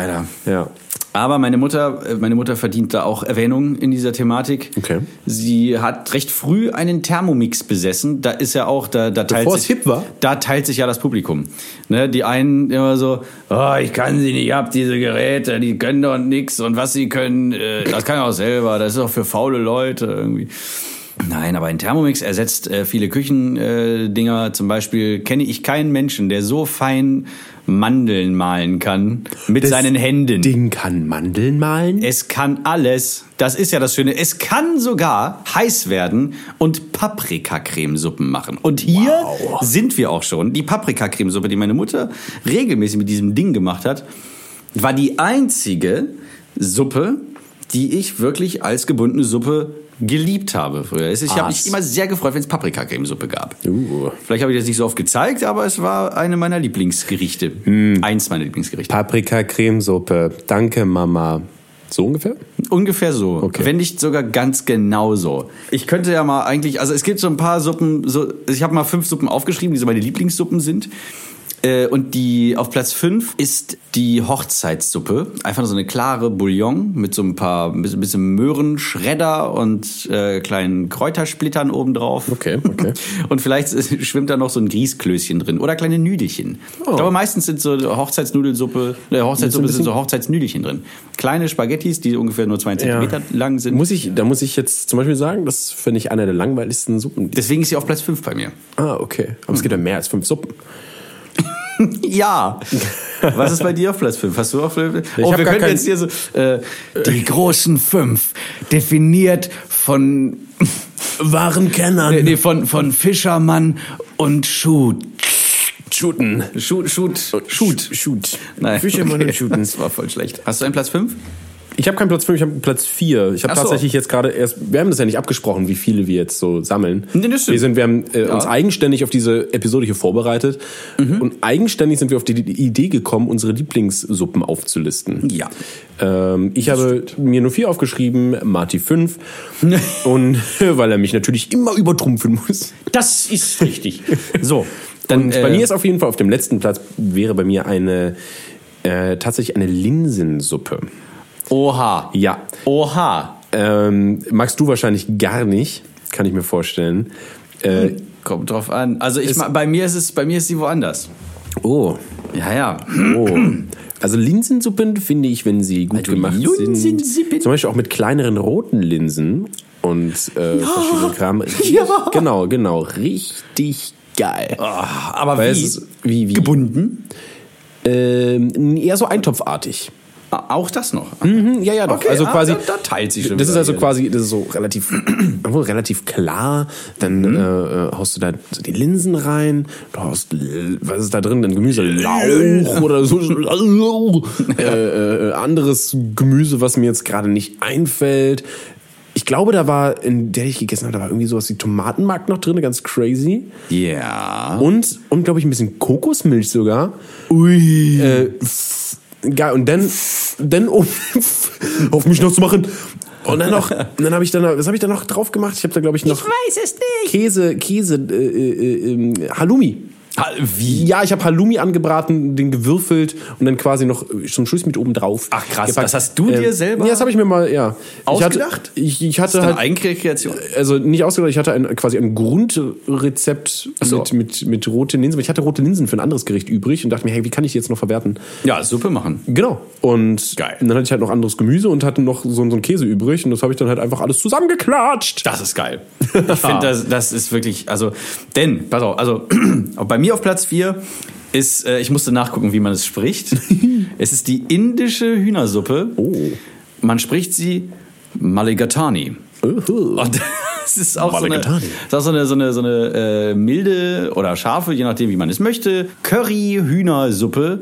[SPEAKER 2] Ja.
[SPEAKER 1] Aber meine Mutter, äh, meine Mutter verdient da auch Erwähnung in dieser Thematik.
[SPEAKER 2] Okay.
[SPEAKER 1] Sie hat recht früh einen Thermomix besessen. Da ist ja auch, da, da teilt
[SPEAKER 2] Bevor es
[SPEAKER 1] sich,
[SPEAKER 2] hip war?
[SPEAKER 1] Da teilt sich ja das Publikum. Ne, die einen immer so, oh, ich kann sie nicht ab, diese Geräte, die können doch nix und was sie können, äh, das kann ich auch selber. Das ist auch für faule Leute irgendwie. Nein, aber ein Thermomix ersetzt äh, viele Küchendinger. Äh, Dinger. Zum Beispiel kenne ich keinen Menschen, der so fein Mandeln malen kann mit seinen Händen.
[SPEAKER 2] Ding kann Mandeln malen.
[SPEAKER 1] Es kann alles. Das ist ja das Schöne. Es kann sogar heiß werden und Paprikacremesuppen machen. Und hier sind wir auch schon. Die Paprikacremesuppe, die meine Mutter regelmäßig mit diesem Ding gemacht hat, war die einzige Suppe, die ich wirklich als gebundene Suppe geliebt habe früher. Es ist- Ich habe mich
[SPEAKER 2] Ass.
[SPEAKER 1] immer sehr gefreut, wenn es Paprikacremesuppe gab.
[SPEAKER 2] Uh.
[SPEAKER 1] Vielleicht habe ich das nicht so oft gezeigt, aber es war eine meiner Lieblingsgerichte. Eins meiner Lieblingsgerichte.
[SPEAKER 2] Paprika-Cremesuppe. Danke, Mama. So ungefähr?
[SPEAKER 1] Ungefähr so.
[SPEAKER 2] Okay.
[SPEAKER 1] Wenn nicht sogar ganz genau so. Ich könnte ja mal eigentlich, also es gibt so ein paar Suppen, so, ich habe mal fünf Suppen aufgeschrieben, die so meine Lieblingssuppen sind. Äh, Und die auf Platz fünf ist die Hochzeitssuppe. Einfach so eine klare Bouillon mit so ein paar ein bisschen- bisschen Möhren, Schredder und äh, kleinen Kräutersplittern obendrauf.
[SPEAKER 2] Okay, okay.
[SPEAKER 1] Und vielleicht ist- schwimmt da noch so ein Grießklößchen drin oder kleine Nüdelchen.
[SPEAKER 2] Oh.
[SPEAKER 1] Aber meistens sind so Hochzeitsnudelsuppe, äh, Hochzeitssuppe sind so Hochzeitsnüdelchen drin. Kleine Spaghettis, die ungefähr nur zwei Zentimeter lang sind.
[SPEAKER 2] Muss ich, da muss ich jetzt zum Beispiel sagen, das finde ich einer der langweiligsten Suppen. die-
[SPEAKER 1] Deswegen ist sie auf Platz fünf bei mir.
[SPEAKER 2] Ah, okay. Aber es gibt ja mehr als fünf Suppen.
[SPEAKER 1] Ja. Was ist bei dir auf Platz 5? Hast du auf Platz 5?
[SPEAKER 2] Ich hab
[SPEAKER 1] wir
[SPEAKER 2] gar
[SPEAKER 1] können
[SPEAKER 2] keinen-
[SPEAKER 1] jetzt hier so. Äh, die großen fünf, definiert von.
[SPEAKER 2] Wahren Kennern.
[SPEAKER 1] Nee, von, von Fischermann und Schut.
[SPEAKER 2] Shooten.
[SPEAKER 1] Schut, Schut,
[SPEAKER 2] Shoot. Shoot.
[SPEAKER 1] Nein.
[SPEAKER 2] Fischermann
[SPEAKER 1] okay.
[SPEAKER 2] und Shooten.
[SPEAKER 1] Das war voll schlecht. Hast du einen Platz 5?
[SPEAKER 2] Ich habe keinen Platz 5, ich habe Platz 4. Ich habe
[SPEAKER 1] Ach so.
[SPEAKER 2] tatsächlich jetzt gerade erst, wir haben das ja nicht abgesprochen, wie viele wir jetzt so sammeln.
[SPEAKER 1] Nee, das stimmt.
[SPEAKER 2] wir sind, wir haben äh,
[SPEAKER 1] Ja. Mhm.
[SPEAKER 2] uns eigenständig auf diese Episode hier vorbereitet und eigenständig sind wir auf die, die Idee gekommen, unsere Lieblingssuppen aufzulisten.
[SPEAKER 1] Ja.
[SPEAKER 2] Ähm, ich habe mir nur vier aufgeschrieben, Marty fünf. und weil er mich natürlich immer übertrumpfen muss.
[SPEAKER 1] Das ist richtig. So, dann äh,
[SPEAKER 2] Und bei mir ist auf jeden Fall auf dem letzten Platz wäre bei mir eine äh, tatsächlich eine Linsensuppe.
[SPEAKER 1] Oha.
[SPEAKER 2] Ja,
[SPEAKER 1] Oha.
[SPEAKER 2] Ähm, magst du wahrscheinlich gar nicht, kann ich mir vorstellen. Äh,
[SPEAKER 1] Kommt drauf an. Also ich ma- bei mir ist es bei mir ist sie woanders.
[SPEAKER 2] oh,
[SPEAKER 1] Ja, ja.
[SPEAKER 2] oh. Also Linsensuppen finde ich, wenn sie gut
[SPEAKER 1] Also
[SPEAKER 2] gemacht sind.
[SPEAKER 1] Linsensuppen.
[SPEAKER 2] Zum Beispiel auch mit kleineren roten Linsen und äh, verschiedenen Kram.
[SPEAKER 1] Ja.
[SPEAKER 2] Genau, genau. Richtig geil.
[SPEAKER 1] Ah, aber
[SPEAKER 2] Weil
[SPEAKER 1] wie?
[SPEAKER 2] es ist- wie, wie?
[SPEAKER 1] Gebunden?
[SPEAKER 2] Ähm, eher so eintopfartig.
[SPEAKER 1] Ah, Auch das noch.
[SPEAKER 2] Mhm, Ja, ja, doch.
[SPEAKER 1] Okay,
[SPEAKER 2] also
[SPEAKER 1] ah,
[SPEAKER 2] quasi,
[SPEAKER 1] da- da teilt sich schon
[SPEAKER 2] Das ist
[SPEAKER 1] wieder
[SPEAKER 2] also
[SPEAKER 1] hier.
[SPEAKER 2] quasi, das ist so relativ, wohl relativ klar. Dann
[SPEAKER 1] Mhm.
[SPEAKER 2] äh, äh, haust du da so die Linsen rein. Du haust, äh, was ist da drin? Dann
[SPEAKER 1] Äh.
[SPEAKER 2] Gemüse, Lauch oder so. Lauch. äh, äh, anderes Gemüse, was mir jetzt gerade nicht einfällt. Ich glaube, da war, in der ich gegessen habe, da war irgendwie sowas wie Tomatenmark noch drin, ganz crazy.
[SPEAKER 1] Ja.
[SPEAKER 2] Und, und glaube ich, ein bisschen Kokosmilch sogar.
[SPEAKER 1] Ui.
[SPEAKER 2] Äh, geil, und dann, dann um auf mich noch zu machen. Und dann noch, und dann habe ich dann, was habe ich da noch drauf gemacht? Ich habe da glaube ich noch
[SPEAKER 1] es nicht.
[SPEAKER 2] Käse, Käse, äh, äh, äh, Halloumi.
[SPEAKER 1] Ha, wie?
[SPEAKER 2] Ja, ich habe Halloumi angebraten, den gewürfelt und dann quasi noch äh, zum Schluss mit oben drauf.
[SPEAKER 1] Ach, krass, das hast du dir selber
[SPEAKER 2] Ja, das habe ich mir mal, ja.
[SPEAKER 1] ausgedacht?
[SPEAKER 2] Ich hatte, ich, ich hatte
[SPEAKER 1] Dann
[SPEAKER 2] halt
[SPEAKER 1] Eigenkreation.
[SPEAKER 2] also nicht ausgedacht, ich hatte ein, quasi ein Grundrezept
[SPEAKER 1] so.
[SPEAKER 2] mit, mit, mit roten Linsen. Ich hatte rote Linsen für ein anderes Gericht übrig und dachte mir, hey, wie kann ich die jetzt noch verwerten?
[SPEAKER 1] Ja, Suppe machen.
[SPEAKER 2] Genau. Und
[SPEAKER 1] Geil.
[SPEAKER 2] dann hatte ich halt noch anderes Gemüse und hatte noch so, so einen Käse übrig und das habe ich dann halt einfach alles zusammengeklatscht.
[SPEAKER 1] Das ist geil. Ich finde, das, das ist wirklich, also, denn, pass auf, also, bei mir auf Platz 4 ist, äh, ich musste nachgucken, wie man es spricht. es ist die indische Hühnersuppe.
[SPEAKER 2] Oh.
[SPEAKER 1] Man spricht sie Maligatani.
[SPEAKER 2] Uhu.
[SPEAKER 1] Und es ist auch so eine,
[SPEAKER 2] Maligatani.
[SPEAKER 1] es ist auch so eine, so eine, so eine äh, milde oder scharfe, je nachdem, wie man es möchte, Curry-Hühnersuppe.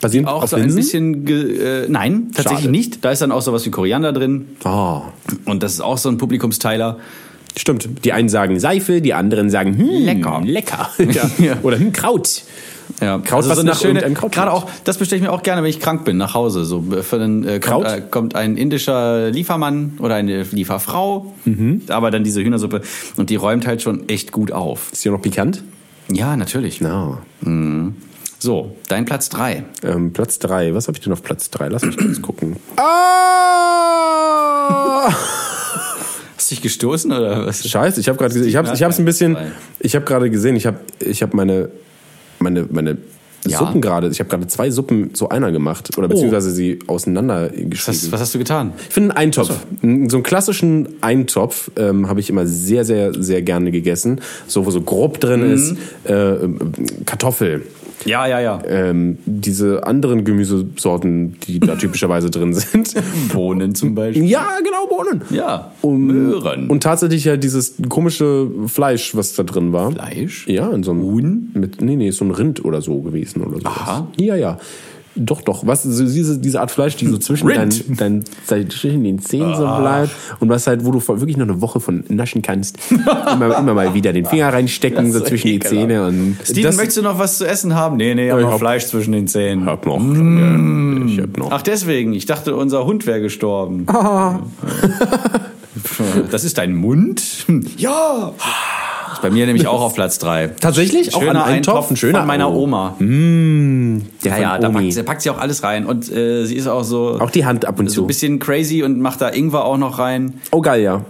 [SPEAKER 2] Basierend
[SPEAKER 1] Auch
[SPEAKER 2] auf
[SPEAKER 1] so ein
[SPEAKER 2] Linsen?
[SPEAKER 1] bisschen, ge, äh, nein, tatsächlich
[SPEAKER 2] Schade.
[SPEAKER 1] nicht. Da ist dann auch sowas wie Koriander drin.
[SPEAKER 2] Ah.
[SPEAKER 1] Und das ist auch so ein Publikumsteiler.
[SPEAKER 2] Stimmt. Die einen sagen Seife, die anderen sagen hm,
[SPEAKER 1] Lecker.
[SPEAKER 2] lecker.
[SPEAKER 1] Ja.
[SPEAKER 2] Oder hm, Kraut.
[SPEAKER 1] Ja, also
[SPEAKER 2] Kraut, was nach irgendeinem Kraut
[SPEAKER 1] Gerade
[SPEAKER 2] schmeckt.
[SPEAKER 1] auch, das bestelle ich mir auch gerne, wenn ich krank bin, nach Hause. So für den, äh,
[SPEAKER 2] Kraut?
[SPEAKER 1] kommt, äh, kommt ein indischer Liefermann oder eine Lieferfrau, aber dann diese Hühnersuppe und die räumt halt schon echt gut auf.
[SPEAKER 2] Ist hier noch pikant?
[SPEAKER 1] Ja, natürlich.
[SPEAKER 2] Na.
[SPEAKER 1] So, dein Platz 3.
[SPEAKER 2] Ähm, Platz 3. Was habe ich denn auf Platz 3? Lass mich kurz gucken. Ah!
[SPEAKER 1] Hast du dich gestoßen oder was?
[SPEAKER 2] Scheiße, ich habe gerade gesehen, ich habe ich hab's ein bisschen ich habe gerade gesehen, ich habe ich habe meine meine meine
[SPEAKER 1] Ja. Oh.
[SPEAKER 2] Suppen gerade, ich habe gerade zwei Suppen zu einer gemacht oder beziehungsweise sie auseinander
[SPEAKER 1] Was,
[SPEAKER 2] geschrieben.
[SPEAKER 1] was hast du getan?
[SPEAKER 2] Ich finde einen Eintopf, N- so einen klassischen Eintopf ähm, habe ich immer sehr sehr sehr gerne gegessen, so wo so grob drin
[SPEAKER 1] Mhm.
[SPEAKER 2] ist äh, ähm, Kartoffel.
[SPEAKER 1] Ja, ja, ja.
[SPEAKER 2] Ähm, diese anderen Gemüsesorten, die da typischerweise drin sind.
[SPEAKER 1] Bohnen zum Beispiel.
[SPEAKER 2] Ja, genau, Bohnen.
[SPEAKER 1] Ja.
[SPEAKER 2] Um,
[SPEAKER 1] Möhren.
[SPEAKER 2] Und tatsächlich ja dieses komische Fleisch, was da drin war.
[SPEAKER 1] Fleisch?
[SPEAKER 2] Ja, in so einem. Mit, nee, nee, ist so ein Rind oder so gewesen oder so.
[SPEAKER 1] Aha.
[SPEAKER 2] Ja, ja. Doch, doch. Was, so diese, diese Art Fleisch, die so zwischen, deinen,
[SPEAKER 1] Rind. Ah.
[SPEAKER 2] deinen, zwischen den Zähnen so bleibt. Und was halt, wo du voll- wirklich noch eine Woche von naschen kannst. immer, immer mal wieder den Finger reinstecken, so
[SPEAKER 1] ist
[SPEAKER 2] zwischen die
[SPEAKER 1] ekelhaft.
[SPEAKER 2] Zähne. Und
[SPEAKER 1] Steven, möchtest du noch was zu essen haben? Nee, nee, ich hab
[SPEAKER 2] ich
[SPEAKER 1] noch
[SPEAKER 2] hab-
[SPEAKER 1] Fleisch zwischen den Zähnen.
[SPEAKER 2] hab noch. Ich hab noch.
[SPEAKER 1] Mm. Ach, deswegen. Ich dachte, unser Hund wäre gestorben. Das ist dein Mund? Ja! Ist bei mir nämlich auch auf Platz 3.
[SPEAKER 2] Tatsächlich? Auch
[SPEAKER 1] Schöner
[SPEAKER 2] an einen Topf?
[SPEAKER 1] Eintopf
[SPEAKER 2] Ein schöner-
[SPEAKER 1] von meiner
[SPEAKER 2] Oh.
[SPEAKER 1] Oma.
[SPEAKER 2] Der
[SPEAKER 1] Ja, ja,
[SPEAKER 2] von
[SPEAKER 1] da
[SPEAKER 2] Mm. Omi.
[SPEAKER 1] packt, sie- packt sie auch alles rein. Und äh, sie ist auch so.
[SPEAKER 2] Auch die Hand ab und
[SPEAKER 1] So ein
[SPEAKER 2] zu.
[SPEAKER 1] bisschen crazy und macht da Ingwer auch noch rein.
[SPEAKER 2] Oh, geil, ja.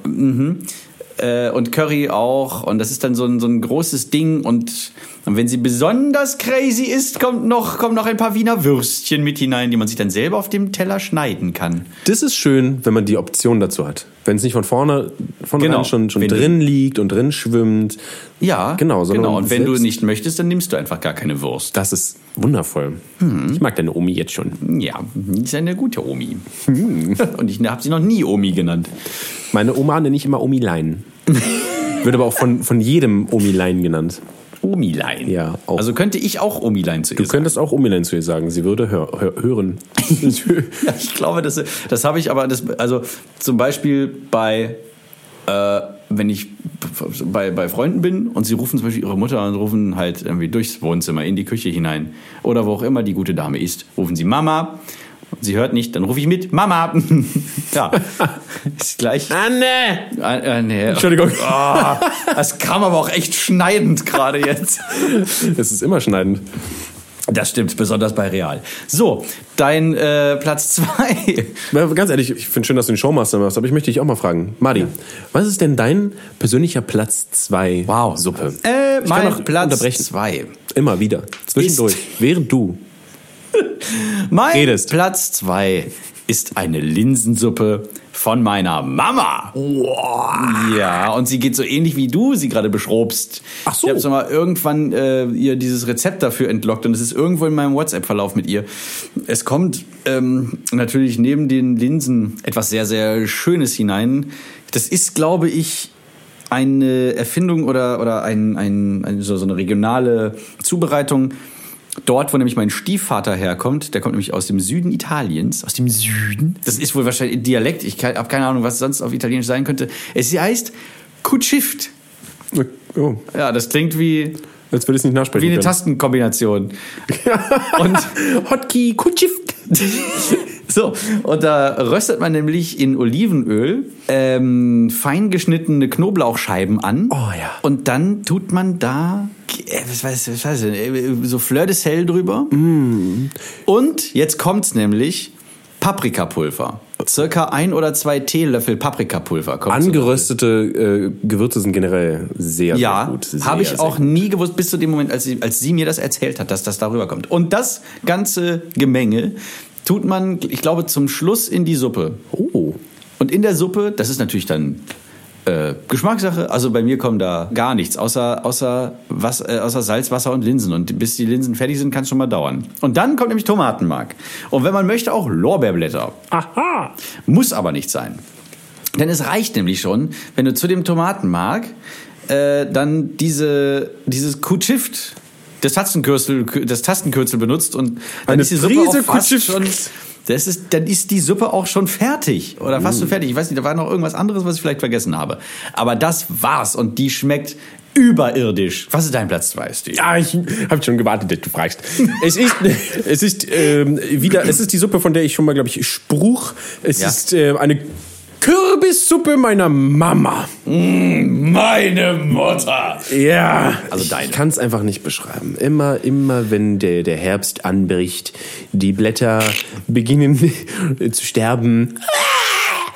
[SPEAKER 1] Äh, und Curry auch. Und das ist dann so ein, so ein großes Ding. Und, und wenn sie besonders crazy ist, kommt noch, kommen noch ein paar Wiener Würstchen mit hinein, die man sich dann selber auf dem Teller schneiden kann.
[SPEAKER 2] Das ist schön, wenn man die Option dazu hat. Wenn es nicht von vorne, von
[SPEAKER 1] Genau.
[SPEAKER 2] schon, schon
[SPEAKER 1] Wenn-
[SPEAKER 2] drin liegt und drin schwimmt.
[SPEAKER 1] Ja,
[SPEAKER 2] Genau, sondern
[SPEAKER 1] genau. Und wenn
[SPEAKER 2] selbst-
[SPEAKER 1] du nicht möchtest, dann nimmst du einfach gar keine Wurst.
[SPEAKER 2] Das ist wundervoll. Ich mag deine Omi jetzt schon.
[SPEAKER 1] Ja, ist eine gute Omi.
[SPEAKER 2] Hm.
[SPEAKER 1] Und ich habe sie noch nie Omi genannt.
[SPEAKER 2] Meine Oma nenne ich immer Omilein. Wird aber auch von, von jedem Omilein genannt.
[SPEAKER 1] Omilein.
[SPEAKER 2] Ja, auch.
[SPEAKER 1] Also könnte ich auch Omilein zu ihr
[SPEAKER 2] Du könntest auch Omilein zu ihr sagen. Sie würde hör, hör, hören.
[SPEAKER 1] Ja, ich glaube, das, das habe ich aber, das, also zum Beispiel bei, äh, wenn ich bei, bei Freunden bin und sie rufen zum Beispiel ihre Mutter und rufen halt irgendwie durchs Wohnzimmer in die Küche hinein oder wo auch immer die gute Dame ist, rufen sie Mama. Sie hört nicht, dann rufe ich mit Mama. ja, ist gleich.
[SPEAKER 2] Anne!
[SPEAKER 1] Ah, äh, nee.
[SPEAKER 2] Entschuldigung.
[SPEAKER 1] Ah, das kam aber auch echt schneidend gerade jetzt.
[SPEAKER 2] Es ist immer schneidend.
[SPEAKER 1] Das stimmt, besonders bei Real. So, dein äh, Platz 2.
[SPEAKER 2] Weil, Ganz ehrlich, ich finde schön, dass du den Showmaster machst, aber ich möchte dich auch mal fragen. Madi, was ist denn dein persönlicher Platz 2
[SPEAKER 1] Wow.
[SPEAKER 2] Suppe?
[SPEAKER 1] Äh,
[SPEAKER 2] Ich kann
[SPEAKER 1] mein
[SPEAKER 2] noch
[SPEAKER 1] Platz
[SPEAKER 2] unterbrechen.
[SPEAKER 1] 2.
[SPEAKER 2] Immer wieder. Zwischendurch. Während du
[SPEAKER 1] Mein
[SPEAKER 2] Redest.
[SPEAKER 1] Platz 2 ist eine Linsensuppe von meiner Mama. Ja, und sie geht so ähnlich wie du sie gerade beschrobst.
[SPEAKER 2] Ach so.
[SPEAKER 1] Ich habe mal irgendwann äh, ihr dieses Rezept dafür entlockt und es ist irgendwo in meinem WhatsApp-Verlauf mit ihr. Es kommt ähm, natürlich neben den Linsen etwas sehr, sehr Schönes hinein. Das ist, glaube ich, eine Erfindung oder, oder ein, ein, ein, so, so eine regionale Zubereitung. Dort, wo nämlich mein Stiefvater herkommt, der kommt nämlich aus dem Süden Italiens. Aus dem Süden? Das ist wohl wahrscheinlich ein Dialekt. Ich habe keine Ahnung, was sonst auf Italienisch sein könnte. Es heißt Kutschift.
[SPEAKER 2] Oh,
[SPEAKER 1] Ja, das klingt wie,
[SPEAKER 2] jetzt würde ich es nicht nachsprechen.
[SPEAKER 1] wie eine
[SPEAKER 2] können.
[SPEAKER 1] Tastenkombination. Und
[SPEAKER 2] Hotkey Kutschift.
[SPEAKER 1] so, und da röstet man nämlich in Olivenöl ähm, fein geschnittene Knoblauchscheiben an.
[SPEAKER 2] Oh ja.
[SPEAKER 1] Und dann tut man da, äh, was weiß was weiß ich, äh, so Fleur de Sel drüber.
[SPEAKER 2] Mm.
[SPEAKER 1] Und jetzt kommt's nämlich Paprikapulver.
[SPEAKER 2] Oh.
[SPEAKER 1] Circa ein oder zwei Teelöffel Paprikapulver kommt so
[SPEAKER 2] Angeröstete äh, Gewürze sind generell sehr,
[SPEAKER 1] Ja,
[SPEAKER 2] sehr gut. Sehr,
[SPEAKER 1] habe ich
[SPEAKER 2] sehr
[SPEAKER 1] auch
[SPEAKER 2] gut.
[SPEAKER 1] nie gewusst, bis zu dem Moment, als sie, als sie mir das erzählt hat, dass das darüber kommt. Und das ganze Gemenge tut man, ich glaube, zum Schluss in die Suppe.
[SPEAKER 2] Oh.
[SPEAKER 1] Und in der Suppe, das ist natürlich dann äh, Geschmackssache. Also bei mir kommt da gar nichts, außer, außer, was, äh, außer Salz, Wasser und Linsen. Und bis die Linsen fertig sind, kann es schon mal dauern. Und dann kommt nämlich Tomatenmark. Und wenn man möchte, auch Lorbeerblätter.
[SPEAKER 2] Aha.
[SPEAKER 1] Muss aber nicht sein. Denn es reicht nämlich schon, wenn du zu dem Tomatenmark äh, dann diese, dieses Q-Shift, das Tastenkürzel, das Tastenkürzel benutzt und dann
[SPEAKER 2] Eine
[SPEAKER 1] ist die Suppe
[SPEAKER 2] Prise
[SPEAKER 1] auch fast
[SPEAKER 2] Q-Shift.
[SPEAKER 1] schon, das ist, dann ist die Suppe auch schon fertig oder fast
[SPEAKER 2] Mm.
[SPEAKER 1] schon fertig. Ich weiß nicht, da war noch irgendwas anderes, was ich vielleicht vergessen habe. Aber das war's und die schmeckt überirdisch. Was ist dein Platz 2, Steve?
[SPEAKER 2] Ja, ich habe schon gewartet, dass du fragst. Es ist, es ist ähm, wieder, es ist die Suppe, von der ich schon mal, glaube ich, spruch. Es
[SPEAKER 1] Ja.
[SPEAKER 2] ist äh, eine Kürbis. Kürbissuppe meiner Mama. Mm,
[SPEAKER 1] Meine Mutter.
[SPEAKER 2] Ja, also deine. Ich kann es einfach nicht beschreiben. Immer, immer, wenn der, der Herbst anbricht, die Blätter beginnen zu sterben Ah!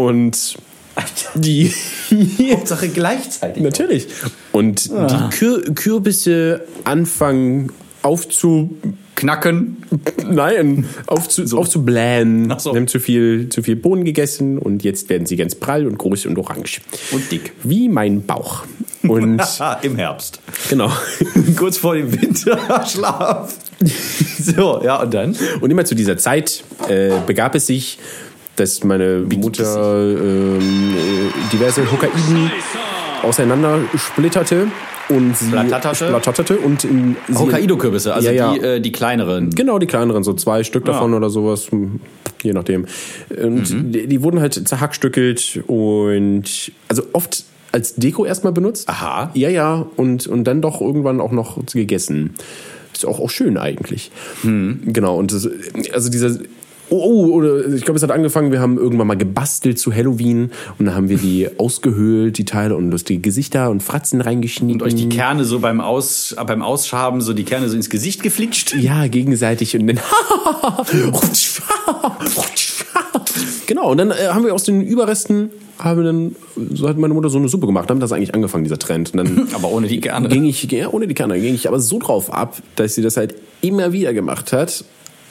[SPEAKER 2] und die
[SPEAKER 1] Sache gleichzeitig.
[SPEAKER 2] natürlich und
[SPEAKER 1] Ah.
[SPEAKER 2] die Kür Kürbisse anfangen aufzu
[SPEAKER 1] Knacken.
[SPEAKER 2] Nein, aufzu aufzublähen.
[SPEAKER 1] Ach so.
[SPEAKER 2] Wir haben zu viel, zu viel Bohnen gegessen und jetzt werden sie ganz prall und groß und orange.
[SPEAKER 1] Und dick.
[SPEAKER 2] Wie mein Bauch. Und
[SPEAKER 1] Im Herbst.
[SPEAKER 2] genau.
[SPEAKER 1] Kurz vor dem Winterschlaf. So, ja, und dann?
[SPEAKER 2] Und immer zu dieser Zeit äh, begab es sich, dass meine Mutter ähm, äh, diverse Hokaiden auseinandersplitterte und sie
[SPEAKER 1] Splatterte?
[SPEAKER 2] splatterte und in sie-
[SPEAKER 1] Hokkaido-Kürbisse, also
[SPEAKER 2] Ja, ja.
[SPEAKER 1] Die, äh, die kleineren.
[SPEAKER 2] Genau, die kleineren, so zwei Stück davon oder sowas, hm, je nachdem. Und
[SPEAKER 1] Mhm.
[SPEAKER 2] die, die wurden halt zerhackstückelt und also oft als Deko erstmal benutzt.
[SPEAKER 1] Aha.
[SPEAKER 2] Ja, ja, und, und dann doch irgendwann auch noch gegessen. Ist auch, auch schön eigentlich.
[SPEAKER 1] Mhm.
[SPEAKER 2] Genau, und das, also dieser. Oh, oh, oder ich glaube, es hat angefangen, wir haben irgendwann mal gebastelt zu Halloween und dann haben wir die ausgehöhlt, die Teile und lustige Gesichter und Fratzen reingeschnitten.
[SPEAKER 1] Und euch die Kerne so beim, Aus, beim Ausschaben, so die Kerne so ins Gesicht geflitscht.
[SPEAKER 2] Ja, gegenseitig und dann. genau, und dann äh, haben wir aus den Überresten, haben wir dann, so hat meine Mutter so eine Suppe gemacht, damit hat das eigentlich angefangen, dieser Trend. Und dann
[SPEAKER 1] Aber ohne die Kerne.
[SPEAKER 2] ging ich, ja, ohne die Kanne, ging ich aber so drauf ab, dass sie das halt immer wieder gemacht hat.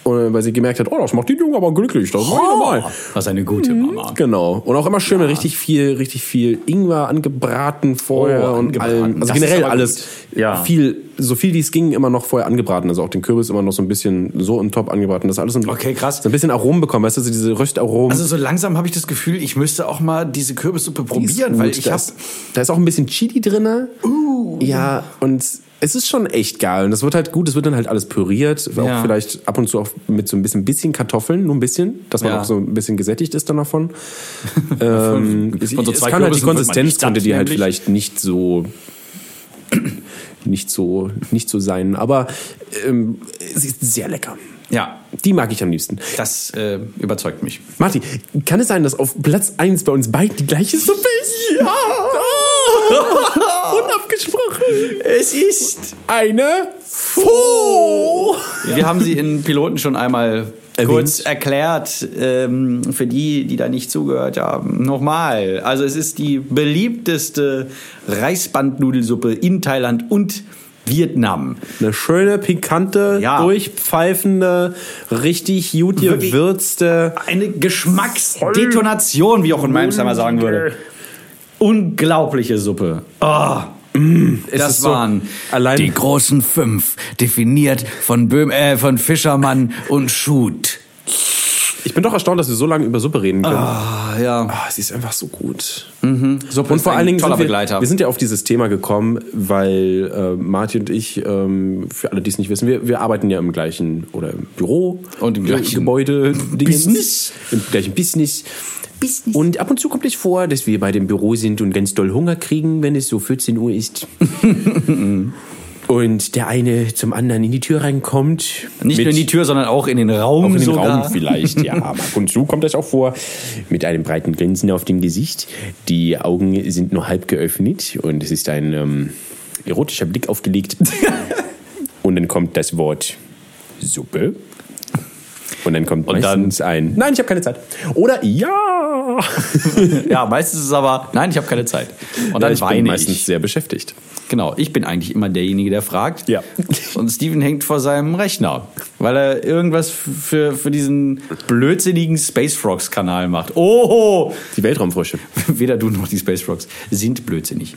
[SPEAKER 2] Und, weil sie gemerkt hat, oh, das macht die Jungen aber glücklich, das ist oh.
[SPEAKER 1] Genau.
[SPEAKER 2] normal.
[SPEAKER 1] Was eine gute Mama.
[SPEAKER 2] Genau. Und auch immer schön mit richtig viel, richtig viel Ingwer angebraten vorher
[SPEAKER 1] Oh,
[SPEAKER 2] und
[SPEAKER 1] angebraten.
[SPEAKER 2] allem. Also
[SPEAKER 1] Das ist
[SPEAKER 2] generell
[SPEAKER 1] aber
[SPEAKER 2] alles.
[SPEAKER 1] gut. Ja.
[SPEAKER 2] Viel, so viel, wie es ging, immer noch vorher angebraten. Also auch den Kürbis immer noch so ein bisschen so im Top angebraten. Das alles ein,
[SPEAKER 1] Okay, krass.
[SPEAKER 2] So ein bisschen Aromen bekommen, weißt du, so diese Röstaromen.
[SPEAKER 1] Also so langsam habe ich das Gefühl, ich müsste auch mal diese Kürbissuppe probieren, weil ich Uh,
[SPEAKER 2] da,
[SPEAKER 1] habe
[SPEAKER 2] ist, da ist auch ein bisschen Chili drin. Ja, und es ist schon echt geil. Und das wird halt gut, es wird dann halt alles püriert. Auch
[SPEAKER 1] Ja.
[SPEAKER 2] vielleicht ab und zu auch mit so ein bisschen, bisschen Kartoffeln, nur ein bisschen, dass man
[SPEAKER 1] Ja.
[SPEAKER 2] auch so ein bisschen gesättigt ist dann davon.
[SPEAKER 1] ähm,
[SPEAKER 2] Es, es kann halt die Konsistenz konnte die halt vielleicht nicht so nicht so nicht so sein, aber ähm, sie ist sehr lecker.
[SPEAKER 1] Ja,
[SPEAKER 2] Die mag ich am liebsten.
[SPEAKER 1] das äh, überzeugt mich.
[SPEAKER 2] Martin, kann es sein, dass auf Platz 1 bei uns beiden die gleiche Suppe ist? Ja! Unabgesprochen.
[SPEAKER 1] Es ist.
[SPEAKER 2] Eine Faux.
[SPEAKER 1] Wir haben sie in Piloten schon einmal kurz erklärt. Ähm, für die, die da nicht zugehört haben, nochmal. Also es ist die beliebteste Reisbandnudelsuppe in Thailand und Vietnam.
[SPEAKER 2] Eine schöne, pikante,
[SPEAKER 1] Ja.
[SPEAKER 2] durchpfeifende, richtig gut
[SPEAKER 1] Wirklich.
[SPEAKER 2] gewürzte.
[SPEAKER 1] Eine Geschmacksdetonation, wie auch in meinem Summer sagen würde. Unglaubliche Suppe. Oh. das
[SPEAKER 2] ist so-
[SPEAKER 1] waren
[SPEAKER 2] allein-
[SPEAKER 1] die großen fünf, definiert von, Böhm, äh, von Fischermann und Schut.
[SPEAKER 2] Ich bin doch erstaunt, dass wir so lange über Suppe reden können.
[SPEAKER 1] Ah, ja.
[SPEAKER 2] Ah, sie ist einfach so gut.
[SPEAKER 1] Suppe
[SPEAKER 2] Und vor allen Dingen
[SPEAKER 1] Mhm. toller
[SPEAKER 2] sind wir,
[SPEAKER 1] Begleiter.
[SPEAKER 2] wir sind ja auf dieses Thema gekommen, weil äh, Martin und ich, ähm, für alle, die es nicht wissen, wir, wir arbeiten ja im gleichen oder im Büro
[SPEAKER 1] Und im
[SPEAKER 2] Ge-
[SPEAKER 1] gleichen
[SPEAKER 2] Gebäude, Dingens.
[SPEAKER 1] Business.
[SPEAKER 2] im gleichen Business. Business. Und ab und zu kommt es vor, dass wir bei dem Büro sind und ganz doll Hunger kriegen, wenn es so 14 Uhr ist. und der eine zum anderen in die Tür reinkommt.
[SPEAKER 1] nicht
[SPEAKER 2] mit-
[SPEAKER 1] nur in die Tür, sondern auch in den Raum.
[SPEAKER 2] auch in den
[SPEAKER 1] sogar.
[SPEAKER 2] Raum vielleicht, ja. Aber ab und zu kommt das auch vor. Mit einem breiten Grinsen auf dem Gesicht. Die Augen sind nur halb geöffnet und es ist ein ähm, erotischer Blick aufgelegt. und dann kommt das Wort Suppe. Und dann kommt
[SPEAKER 1] Und dann-
[SPEAKER 2] meistens ein Nein, ich habe keine Zeit. Oder Ja.
[SPEAKER 1] Ja, meistens ist es aber, nein, ich habe keine Zeit. Und dann
[SPEAKER 2] ich
[SPEAKER 1] weine
[SPEAKER 2] bin meistens
[SPEAKER 1] ich.
[SPEAKER 2] sehr beschäftigt.
[SPEAKER 1] Genau, ich bin eigentlich immer derjenige, der fragt.
[SPEAKER 2] Ja.
[SPEAKER 1] Und Steven hängt vor seinem Rechner, weil er irgendwas für, für diesen blödsinnigen Space Frogs Kanal macht. Oh!
[SPEAKER 2] Die Weltraumfrösche.
[SPEAKER 1] Weder du noch die Space Frogs sind blödsinnig.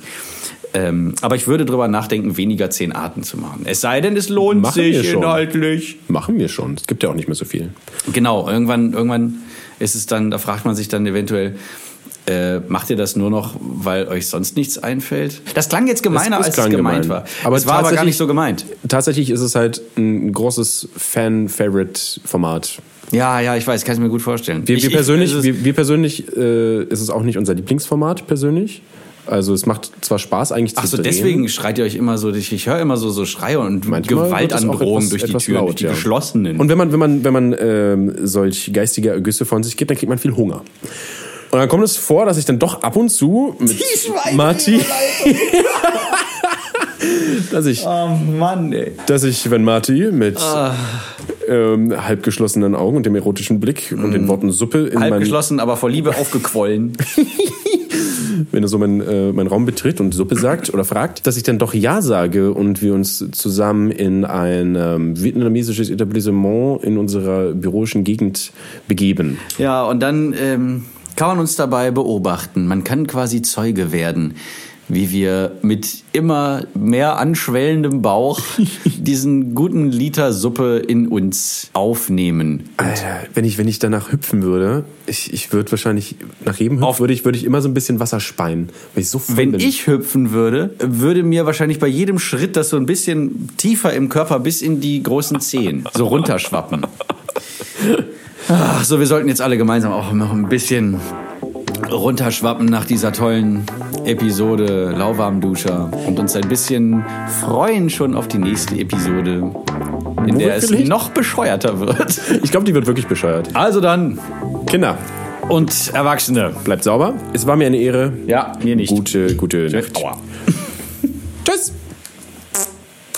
[SPEAKER 1] Ähm, aber ich würde drüber nachdenken, weniger zehn Arten zu machen. Es sei denn, es lohnt
[SPEAKER 2] Machen wir
[SPEAKER 1] sich
[SPEAKER 2] schon.
[SPEAKER 1] inhaltlich.
[SPEAKER 2] Machen wir schon. Es gibt ja auch nicht mehr so viel.
[SPEAKER 1] Genau, irgendwann, irgendwann ist es dann, da fragt man sich dann eventuell, äh, macht ihr das nur noch, weil euch sonst nichts einfällt? Das klang jetzt gemeiner,
[SPEAKER 2] Es- es
[SPEAKER 1] als
[SPEAKER 2] klang
[SPEAKER 1] es gemeint
[SPEAKER 2] gemein.
[SPEAKER 1] war.
[SPEAKER 2] Aber
[SPEAKER 1] es war aber gar
[SPEAKER 2] tatsächlich-
[SPEAKER 1] nicht so gemeint.
[SPEAKER 2] Tatsächlich ist es halt ein großes Fan-Favorite-Format.
[SPEAKER 1] Ja, ja, ich weiß, kann ich mir gut vorstellen.
[SPEAKER 2] Wir,
[SPEAKER 1] ich,
[SPEAKER 2] wir persönlich,
[SPEAKER 1] ich, es ist-
[SPEAKER 2] wir, wir persönlich äh, ist es auch nicht unser Lieblingsformat persönlich. Also es macht zwar Spaß eigentlich zu
[SPEAKER 1] Ach so,
[SPEAKER 2] drehen.
[SPEAKER 1] deswegen schreit ihr euch immer so, ich, ich höre immer so, so Schreie und
[SPEAKER 2] Manchmal wird es auch
[SPEAKER 1] Gewaltandrohungen
[SPEAKER 2] etwas-
[SPEAKER 1] durch die
[SPEAKER 2] etwas
[SPEAKER 1] Türen, durch die
[SPEAKER 2] ja.
[SPEAKER 1] geschlossenen.
[SPEAKER 2] Und wenn man, wenn man, wenn man ähm, solch geistige Ergüsse von sich gibt, dann kriegt man viel Hunger. Und dann kommt es vor, dass ich dann doch ab und zu mit Marty, dass ich
[SPEAKER 1] Oh Mann, ey.
[SPEAKER 2] dass ich, wenn Marty mit
[SPEAKER 1] Ah.
[SPEAKER 2] ähm, halbgeschlossenen Augen und dem erotischen Blick und
[SPEAKER 1] Mhm.
[SPEAKER 2] den Worten Suppe in
[SPEAKER 1] Halb
[SPEAKER 2] meinen,
[SPEAKER 1] geschlossen, aber vor Liebe aufgequollen.
[SPEAKER 2] wenn er so meinen äh, meinen Raum betritt und Suppe sagt oder fragt, dass ich dann doch Ja sage und wir uns zusammen in ein ähm, vietnamesisches Etablissement in unserer büroischen Gegend begeben.
[SPEAKER 1] Ja, und dann ähm, kann man uns dabei beobachten. Man kann quasi Zeuge werden, wie wir mit immer mehr anschwellendem Bauch diesen guten Liter Suppe in uns aufnehmen.
[SPEAKER 2] Alter, wenn ich, wenn ich danach hüpfen würde, ich, ich würde wahrscheinlich nach jedem Hüpf würde ich, würde ich immer so ein bisschen Wasser speien. Weil ich so voll
[SPEAKER 1] Wenn
[SPEAKER 2] bin.
[SPEAKER 1] ich hüpfen würde, würde mir wahrscheinlich bei jedem Schritt das so ein bisschen tiefer im Körper bis in die großen Zehen so runterschwappen. Ach so, wir sollten jetzt alle gemeinsam auch noch ein bisschen runterschwappen nach dieser tollen Episode Lauwarmduscher und uns ein bisschen freuen schon auf die nächste Episode, in der es
[SPEAKER 2] Womöglich.
[SPEAKER 1] noch bescheuerter wird.
[SPEAKER 2] Ich glaube, die wird wirklich bescheuert.
[SPEAKER 1] Also dann
[SPEAKER 2] Kinder,
[SPEAKER 1] und Erwachsene.
[SPEAKER 2] bleibt sauber. Es war mir eine Ehre.
[SPEAKER 1] Ja, mir nicht.
[SPEAKER 2] Gute, gute Nacht.
[SPEAKER 1] Aua.
[SPEAKER 2] Tschüss.